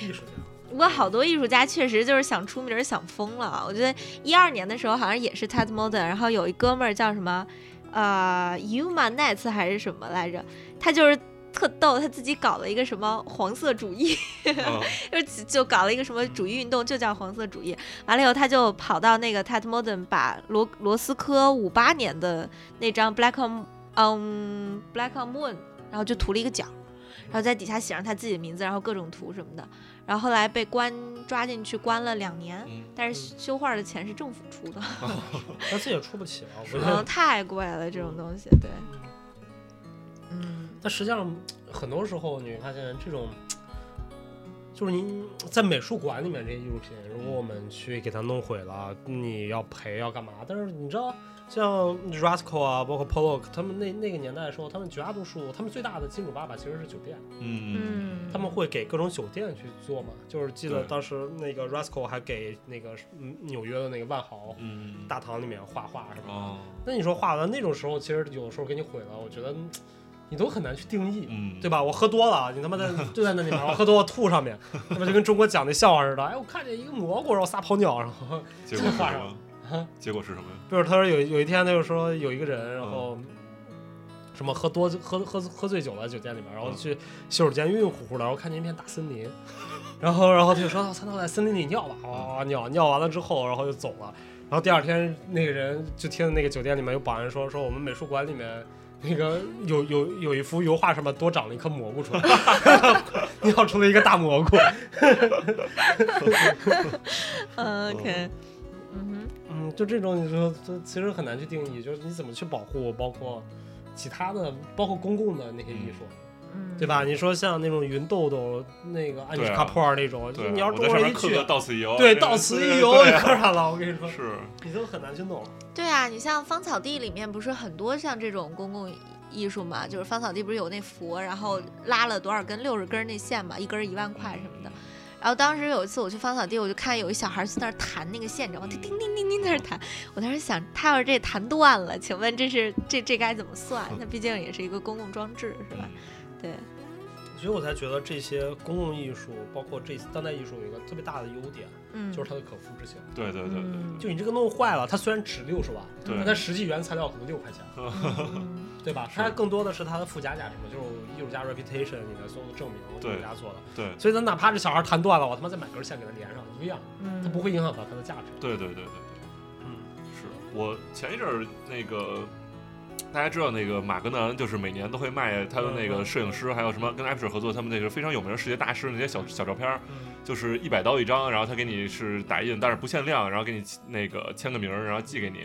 Speaker 1: 艺术家。
Speaker 2: 不过好多艺术家确实就是想出名儿想疯了。啊我觉得一二年的时候好像也是 Ted Modern，然后有一哥们儿叫什么呃 Yuma Nets 还是什么来着，他就是特逗，他自己搞了一个什么黄色主义，
Speaker 3: 啊
Speaker 2: 就就搞了一个什么主义运动，就叫黄色主义。完了以后，他就跑到那个 Ted Modern，把罗罗斯科五八年的那张 Black on 嗯 Black on Moon，然后就涂了一个角，然后在底下写上他自己的名字，然后各种图什么的。然后后来被关抓进去关了两年，
Speaker 3: 嗯
Speaker 2: 但是修画的钱是政府出 的，
Speaker 1: 他自己也出不起啊，我觉
Speaker 2: 嗯，
Speaker 1: 得。
Speaker 2: 太贵了这种东西，对，嗯，
Speaker 1: 但实际上，很多时候你会发现这种，就是你在美术馆里面这些艺术品，如果我们去给它弄毁了，你要赔要干嘛？但是你知道，像 Rasco 啊，包括 Pollock，他们那那个年代的时候，他们绝大多数，他们最大的金主爸爸其实是酒店。
Speaker 3: 嗯
Speaker 2: 嗯，
Speaker 1: 他们会给各种酒店去做嘛，就是记得
Speaker 3: 对
Speaker 1: 当时那个 Rascal 还给那个嗯纽约的那个万豪
Speaker 3: 嗯
Speaker 1: 大堂里面画画什么的。
Speaker 3: 哦，
Speaker 1: 那你说画完那种时候，其实有的时候给你毁了，我觉得嗯你都很难去定义，
Speaker 3: 嗯，
Speaker 1: 对吧？我喝多了，啊你他妈在就在那里面，我喝多了吐上面，那么就跟中国讲那笑话似的。哎，我看见一个蘑菇，然后撒泡尿，然后
Speaker 3: 结果是
Speaker 1: 画
Speaker 3: 什
Speaker 1: 上
Speaker 3: 么？结果是什么呀？
Speaker 1: 比如他说有有一天，他就说有一个人，然后什么喝多喝喝喝醉酒了，酒店里面，然后去洗手间晕晕乎乎的，然后看见一片大森林， 然后然后他就说：“我操，那我在森林里尿吧！”哇哇尿尿完了之后，然后就走了。然后第二天，那个人就听那个酒店里面有保安说：“说我们美术馆里面。”那个有有有一幅油画上面多长了一颗蘑菇出来， 尿出了一个大蘑菇。
Speaker 2: 嗯，OK，嗯
Speaker 3: 哦
Speaker 1: 嗯，就这种你说，这其实很难去定义，就是你怎么去保护，包括其他的，包括公共的那些艺术，
Speaker 2: 哼，嗯，
Speaker 1: 对？吧？你说像那种云豆豆、那个安妮
Speaker 3: 对啊
Speaker 1: 卡普尔那种，就
Speaker 3: 对，
Speaker 1: 你要是
Speaker 3: 我
Speaker 1: 中
Speaker 3: 在
Speaker 1: 国
Speaker 3: 上
Speaker 1: 人
Speaker 3: 面
Speaker 1: 一
Speaker 3: 刻
Speaker 1: 去
Speaker 3: 个，到此一游，
Speaker 1: 对，
Speaker 3: 这
Speaker 1: 到
Speaker 3: 个
Speaker 1: 此
Speaker 3: 对啊
Speaker 1: 一游，你
Speaker 3: 对
Speaker 1: 磕上了，我跟你说，
Speaker 3: 是，
Speaker 1: 你都很难去弄了。
Speaker 2: 对啊，你像芳草地里面不是很多像这种公共艺术嘛，就是芳草地不是有那佛，然后拉了多少根六十根那线嘛，一根一万块什么
Speaker 3: 嗯
Speaker 2: 的。然后当时有一次我去芳草地，我就看有一小孩在那儿弹那个线，你知道吗？叮叮叮叮叮在那儿弹。我当时想，他要是这弹断了，请问这是这这该怎么算？那毕竟也是一个公共装置，是吧？
Speaker 3: 嗯
Speaker 2: 对，
Speaker 1: 所以我才觉得这些公共艺术，包括这当代艺术，有一个特别大的优点，
Speaker 2: 嗯，
Speaker 1: 就是它的可复制性。
Speaker 3: 对对对对
Speaker 2: 嗯，
Speaker 1: 就你这个弄坏了，它虽然值六十万，
Speaker 3: 对
Speaker 1: 但它实际原材料可能六块钱。
Speaker 2: 嗯
Speaker 1: 对吧？它更多的是它的附加价值嘛，就是艺术家 reputation，你的所有的证明，
Speaker 3: 对
Speaker 1: 艺术家做的。
Speaker 3: 对
Speaker 1: 所以咱哪怕这小孩弹断了，我他妈再买根线给他连上，一样，
Speaker 2: 嗯
Speaker 1: 它不会影响到它的价值。
Speaker 3: 对对对对对。
Speaker 1: 嗯，
Speaker 3: 是我前一阵儿那个，大家知道那个马格纳恩，就是每年都会卖他的那个摄影师，还有什么跟 a p p 合作，他们那个非常有名的世界大师的那些小小照片儿，就是一百刀一张，然后他给你是打印，但是不限量，然后给你那个签个名儿，然后寄给你。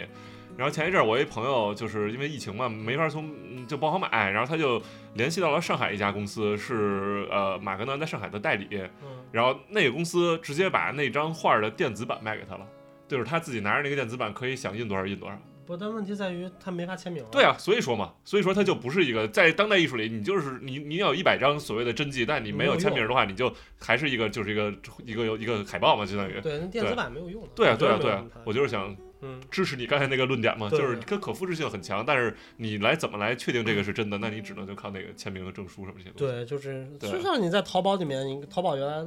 Speaker 3: 然后前一阵儿我一朋友就是因为疫情嘛，没法从嗯就不好买，然后他就联系到了上海一家公司，是呃马格南在上海的代理，
Speaker 1: 嗯
Speaker 3: 然后那个公司直接把那张画的电子版卖给他了，就是他自己拿着那个电子版可以想印多少印多少。
Speaker 1: 不，但问题在于它没法签名。
Speaker 3: 对，啊，所以说嘛，所以说它就不是一个在当代艺术里，你就是你你要有一百张所谓的真迹，但你没有签名的话，你就还是一个就是一个一个有一个海报嘛，相当于。
Speaker 1: 对，那电子版没有用的。
Speaker 3: 对啊，对啊，
Speaker 1: 绝没
Speaker 3: 对
Speaker 1: 有
Speaker 3: 啊
Speaker 1: 用它，
Speaker 3: 我就是想
Speaker 1: 嗯，
Speaker 3: 支持你刚才那个论点嘛，
Speaker 1: 对
Speaker 3: 就是
Speaker 1: 对
Speaker 3: 它可复制性很强，但是你来怎么来确定这个是真的？ 那你只能就靠那个签名和证书什么这些东西。
Speaker 1: 对，就是
Speaker 3: 对啊
Speaker 1: 就像你在淘宝里面，你淘宝原来。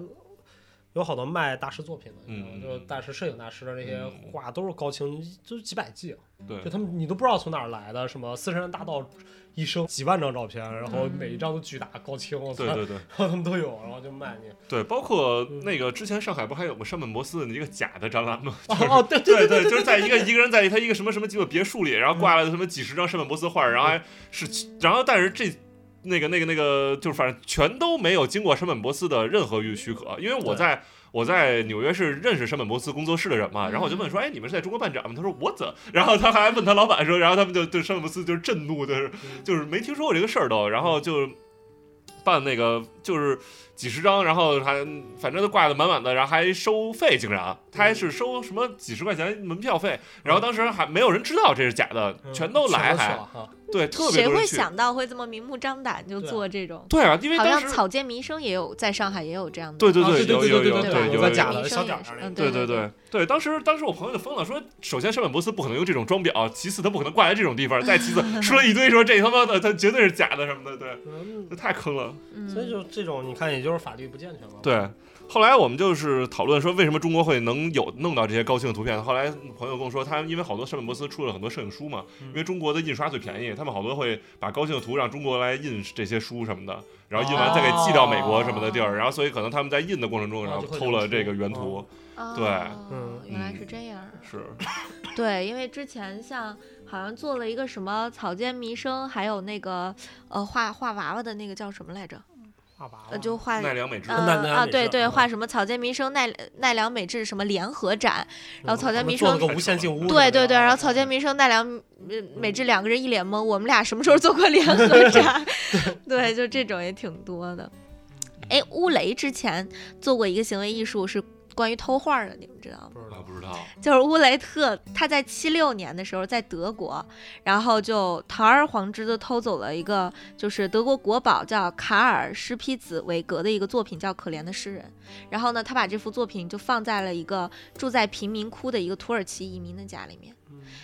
Speaker 1: 有好多卖大师作品的，
Speaker 3: 嗯
Speaker 1: 你知道吗就是大师摄影大师的那些
Speaker 3: 嗯
Speaker 1: 画都是高清，就是几百 G，啊
Speaker 3: 对
Speaker 1: 就他们你都不知道从哪儿来的，什么四川大道一生几万张照片，然后
Speaker 2: 嗯
Speaker 1: 每一张都巨大高清，我操，
Speaker 3: 对
Speaker 1: 然
Speaker 3: 对对
Speaker 1: 后他们都有，然后就卖你。
Speaker 3: 对，包括那个之前上海不还有个山本博斯的一个假的展览吗？就是
Speaker 1: 哦哦，对
Speaker 3: 对
Speaker 1: 对
Speaker 3: 就是在一个一个人在他一个什么什么几个别墅里，然后挂了什么几十张山本博斯的画，然后还是，然后但是这。那个、那个、那个，就是反正全都没有经过山本博斯的任何许许可，因为我
Speaker 1: 对
Speaker 3: 在我在纽约是认识山本博斯工作室的人嘛，然后我就
Speaker 1: 嗯
Speaker 3: 问说，哎，你们是在中国办展吗？他说我怎？然后他还问他老板说，然后他们就对山本博斯就是震怒，就是
Speaker 1: 嗯
Speaker 3: 就是没听说过这个事儿都，然后就办那个就是几十张，然后还反正都挂的满满的，然后还收费，竟然他还
Speaker 1: 嗯
Speaker 3: 是收什么几十块钱门票费，然后当时还没有人知道这是假的，
Speaker 1: 嗯
Speaker 3: 全都来
Speaker 1: 去
Speaker 3: 还
Speaker 1: 了啊
Speaker 3: 对特别
Speaker 2: 谁
Speaker 3: 多人
Speaker 2: 会
Speaker 3: 去，
Speaker 2: 想到会这么明目张胆就
Speaker 1: 对啊
Speaker 2: 做这种？
Speaker 3: 对啊，因为
Speaker 2: 好像
Speaker 3: 当时
Speaker 2: 草间弥生也有在上海也有这样的，
Speaker 3: 对对
Speaker 1: 啊对
Speaker 3: 有
Speaker 1: 对
Speaker 3: 有
Speaker 1: 对
Speaker 3: 有
Speaker 1: 对
Speaker 2: 吧
Speaker 3: 有
Speaker 1: 有
Speaker 3: 有
Speaker 1: 在假
Speaker 2: 草间弥
Speaker 1: 的
Speaker 2: 生
Speaker 1: 小点
Speaker 2: 也
Speaker 1: 儿
Speaker 2: 是
Speaker 1: 那
Speaker 2: 嗯
Speaker 1: 个
Speaker 3: 对
Speaker 2: 对
Speaker 3: 对对，当时当时我朋友就疯了，说首先山本博斯不可能用这种装裱，其次他不可能挂在这种地方，再其次说了一堆说这他妈的他绝对是假的什么的，对，
Speaker 1: 嗯
Speaker 3: 这太坑了。
Speaker 2: 嗯
Speaker 1: 所以就这种，你看，也就是法律不健全嘛。
Speaker 3: 对，后来我们就是讨论说为什么中国会能有弄到这些高清的图片。后来朋友跟我说，他因为好多山本博斯出了很多摄影书嘛，
Speaker 1: 嗯
Speaker 3: 因为中国的印刷最便宜，他们好多会把高清的图让中国来印这些书什么的，然后印完再给寄到美国什么的地儿，
Speaker 2: 哦
Speaker 3: 然后所以可能他们在印的过程中，然
Speaker 1: 然
Speaker 3: 后
Speaker 1: 后哦就会
Speaker 3: 偷了这个原图，
Speaker 2: 哦
Speaker 3: 对
Speaker 1: 嗯
Speaker 2: 原来是这样。
Speaker 3: 是
Speaker 2: 对，因为之前像好像做了一个什么草间弥生，还有那个呃画画娃娃的那个叫什么来着？
Speaker 1: 画娃娃
Speaker 2: 呃，就画
Speaker 3: 奈良美智。
Speaker 2: 呃
Speaker 1: 奈奈良
Speaker 2: 啊，
Speaker 1: 美
Speaker 2: 对
Speaker 1: 智
Speaker 2: 对，
Speaker 1: 嗯
Speaker 2: 画什么草间弥生、奈奈良美智什么联合展，然后草间弥
Speaker 1: 啊他们
Speaker 2: 生
Speaker 1: 做了个无限进屋。
Speaker 2: 对对对，然后草间弥生、奈良呃美智两个人一脸懵，我们俩什么时候做过联合展？对，就这种也挺多的。哎，乌雷之前做过一个行为艺术是关于偷画的，你们知道吗？
Speaker 1: 不知
Speaker 3: 啊，
Speaker 1: 道
Speaker 3: 不知道，
Speaker 2: 就是乌雷特，他在七六年的时候在德国，然后就堂而皇之的偷走了一个就是德国国宝叫卡尔施皮茨韦格的一个作品，叫《可怜的诗人》。然后呢，他把这幅作品就放在了一个住在贫民窟的一个土耳其移民的家里面。
Speaker 1: 嗯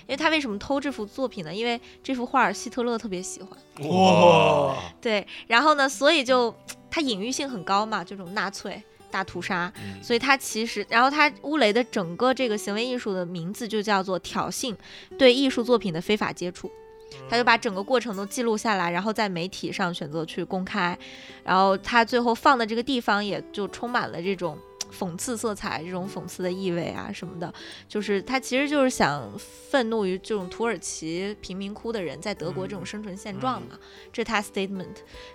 Speaker 2: 因为他为什么偷这幅作品呢？因为这幅画儿希特勒特别喜欢，
Speaker 1: 哇
Speaker 2: 对，然后呢，所以就它隐喻性很高嘛，这种纳粹大屠杀，
Speaker 3: 嗯
Speaker 2: 所以它其实，然后它乌雷的整个这个行为艺术的名字就叫做挑衅对艺术作品的非法接触，他就把整个过程都记录下来，然后在媒体上选择去公开，然后他最后放的这个地方也就充满了这种。讽刺色彩，这种讽刺的意味啊什么的，就是他其实就是想愤怒于这种土耳其贫民窟的人在德国这种生存现状
Speaker 3: 嗯
Speaker 2: 嘛，这是他 statement。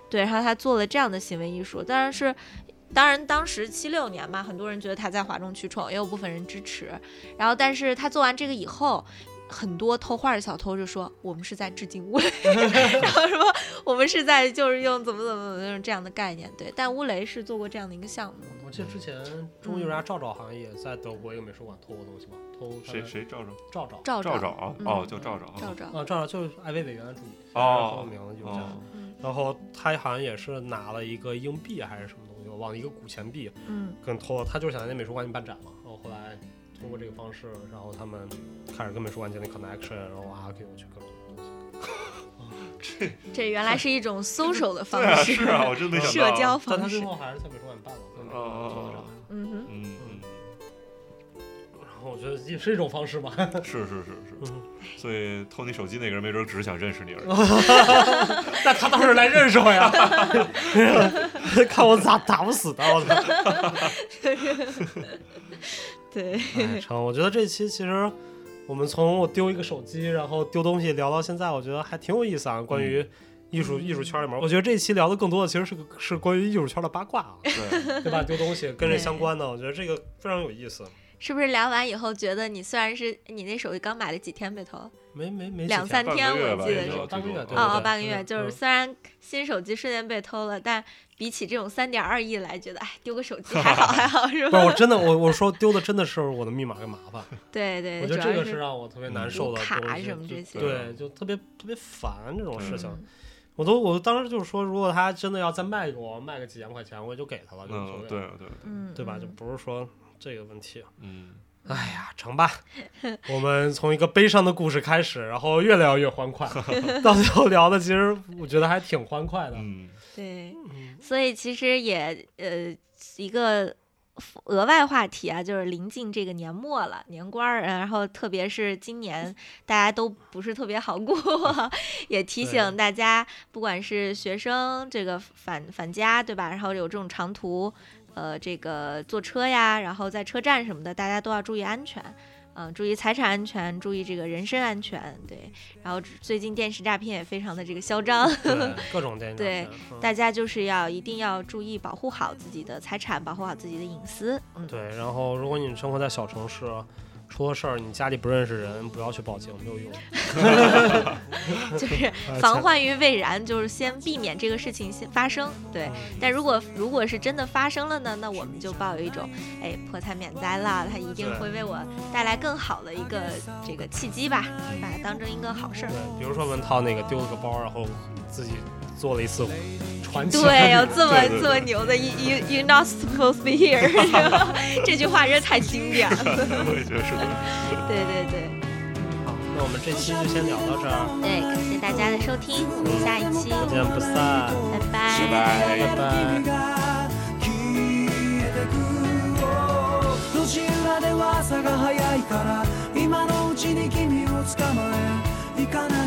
Speaker 2: 对，然后他做了这样的行为艺术，当然是，当然当时七六年嘛，很多人觉得他在哗众取宠，也有部分人支持。然后，但是他做完这个以后。很多偷画的小偷就说我们是在致敬乌 雷，然后什么我们是在就是用怎么怎么怎么用这样的概念，对。但乌雷是做过这样的一个项目，
Speaker 1: 我记得之前中国艺术家赵照好像也在德国一个美术馆偷过东西嘛，偷他
Speaker 3: 谁
Speaker 1: 的
Speaker 3: 谁照照
Speaker 1: 赵照
Speaker 2: 赵
Speaker 3: 照照啊？
Speaker 2: 嗯
Speaker 3: 哦，叫赵照啊
Speaker 2: 赵照，
Speaker 1: 啊，赵照就是艾薇委员的助理，
Speaker 3: 哦
Speaker 1: 名字就是这
Speaker 3: 哦
Speaker 1: 样。，
Speaker 2: 嗯
Speaker 1: 然后他好像也是拿了一个硬币还是什么东西，我忘了一个古钱币，
Speaker 2: 嗯
Speaker 1: 跟偷了。他就是想在那美术馆里办展嘛，然后后来通过这个方式，然后他们开始跟美术馆建立 connection，然后啊给我去各种东西。
Speaker 3: 这
Speaker 2: 这原来是一 种 social 的方
Speaker 3: 对啊
Speaker 2: 式，
Speaker 3: 是啊，我真没想
Speaker 2: 社
Speaker 3: 到
Speaker 2: 交
Speaker 1: 但
Speaker 2: 方
Speaker 1: 他
Speaker 2: 式
Speaker 1: 最。后还是在美术馆办了，跟美术馆做了展览。
Speaker 2: 嗯
Speaker 3: 嗯嗯。
Speaker 1: 然后我觉得也是一种方式吧。
Speaker 3: 是是是
Speaker 1: 嗯哦
Speaker 3: 是，所以偷你手机那个人没准只是想认识你而已。，
Speaker 1: 那他倒是来认识我呀，看我咋打不死他！我操！
Speaker 2: 哼，对。
Speaker 1: 哎， 成，我觉得这期其实我们从我丢一个手机，然后丢东西聊到现在，我觉得还挺有意思啊。关于艺术、艺术圈里面，我觉得这期聊的更多的其实是个是关于艺术圈的八 卦啊
Speaker 3: 对，
Speaker 1: 对吧？丢东西跟这
Speaker 2: 对
Speaker 1: 相关的，我觉得这个非常有意思。
Speaker 2: 是不是聊完以后觉得你虽然是你那手机刚买了几天被偷，
Speaker 1: 没没没几
Speaker 2: 两三
Speaker 3: 半
Speaker 2: 天
Speaker 3: 个月
Speaker 2: 我
Speaker 3: 吧，
Speaker 2: 记
Speaker 3: 也
Speaker 2: 得
Speaker 3: 就是
Speaker 1: 有半个月
Speaker 3: 这
Speaker 1: 哦
Speaker 3: 种
Speaker 1: 对
Speaker 2: 哦
Speaker 3: 啊
Speaker 2: 哦半个月，
Speaker 1: 嗯
Speaker 2: 就是
Speaker 1: 嗯
Speaker 2: 虽然新手机瞬间被偷了，但比起这种三点二亿来，觉得哎丢个手 机还好还好是
Speaker 1: 不是，
Speaker 2: 吧？
Speaker 1: 我真的我我说丢的真的是我的密码跟麻烦，
Speaker 2: 对 对，
Speaker 1: 我觉
Speaker 2: 主
Speaker 1: 得
Speaker 2: 要
Speaker 1: 这个是让我特别难受的
Speaker 2: 卡
Speaker 1: 东西
Speaker 2: 什么
Speaker 1: 就
Speaker 2: 这些
Speaker 1: 对，就特别特别烦这种事情。
Speaker 2: 嗯
Speaker 1: 我都我当时就是说，如果他真的要再卖给我，卖个几千块钱，我也就给他
Speaker 2: 哦
Speaker 1: 了，就无所
Speaker 3: 嗯，
Speaker 1: 谓，
Speaker 3: 对对，
Speaker 2: 嗯，
Speaker 1: 对吧？就
Speaker 2: 嗯
Speaker 1: 不是说这个问题。
Speaker 3: 嗯，
Speaker 1: 哎呀，成吧， 我们从一个悲伤的故事开始，然后越聊越欢 快，到最后聊的其实我觉得还啊
Speaker 2: 嗯
Speaker 1: 挺欢快的。
Speaker 3: 嗯，
Speaker 2: 对，
Speaker 1: 嗯
Speaker 2: 所以其实也呃一个额外话题啊，就是临近这个年末了，年关儿，然后特别是今年大家都不是特别好过， 也提醒大家，不管是学生这个返返家，对吧？然后有这种长途，呃，这个坐车呀，然后在车站什么的，大家都要注意安全。嗯、注意财产安全，注意这个人身安全，对。然后最近电视诈骗也非常的这个嚣张，
Speaker 1: 对各 种电影
Speaker 2: 对
Speaker 1: 诈骗，嗯
Speaker 2: 大家就是要一定要注意保护好自己的财产，保护好自己的隐私。嗯，
Speaker 1: 对，然后如果你生活在小城市，出了事儿你家里不认识人，不要去报警，没有用。
Speaker 2: 就是
Speaker 1: 呃
Speaker 2: 防
Speaker 1: 才
Speaker 2: 患于未然，就是先避免这个事情先发生。对，但如果如果是真的发生了呢，那我们就抱有一种哎破财免灾了，它一定
Speaker 1: 对
Speaker 2: 会为我带来更好的一个这个契机吧，嗯把它当成一个好事儿。
Speaker 1: 对，比如说文涛那个丢了个包，然后自己做了一次传奇。
Speaker 2: 对，有这么
Speaker 3: 对对对
Speaker 2: 这么牛的，you you you're not supposed to be here，这 句话真是太经典 了。
Speaker 3: 我也觉得是的。
Speaker 2: 对对对，
Speaker 1: 好，那我们这期就先聊到这儿，
Speaker 2: 对，感谢大家的收听，我们下一期
Speaker 1: 不见不散，
Speaker 2: 拜
Speaker 3: 拜拜
Speaker 1: 拜拜。
Speaker 4: 路地裏では朝が早いから今のうちに君を捕まえ行かない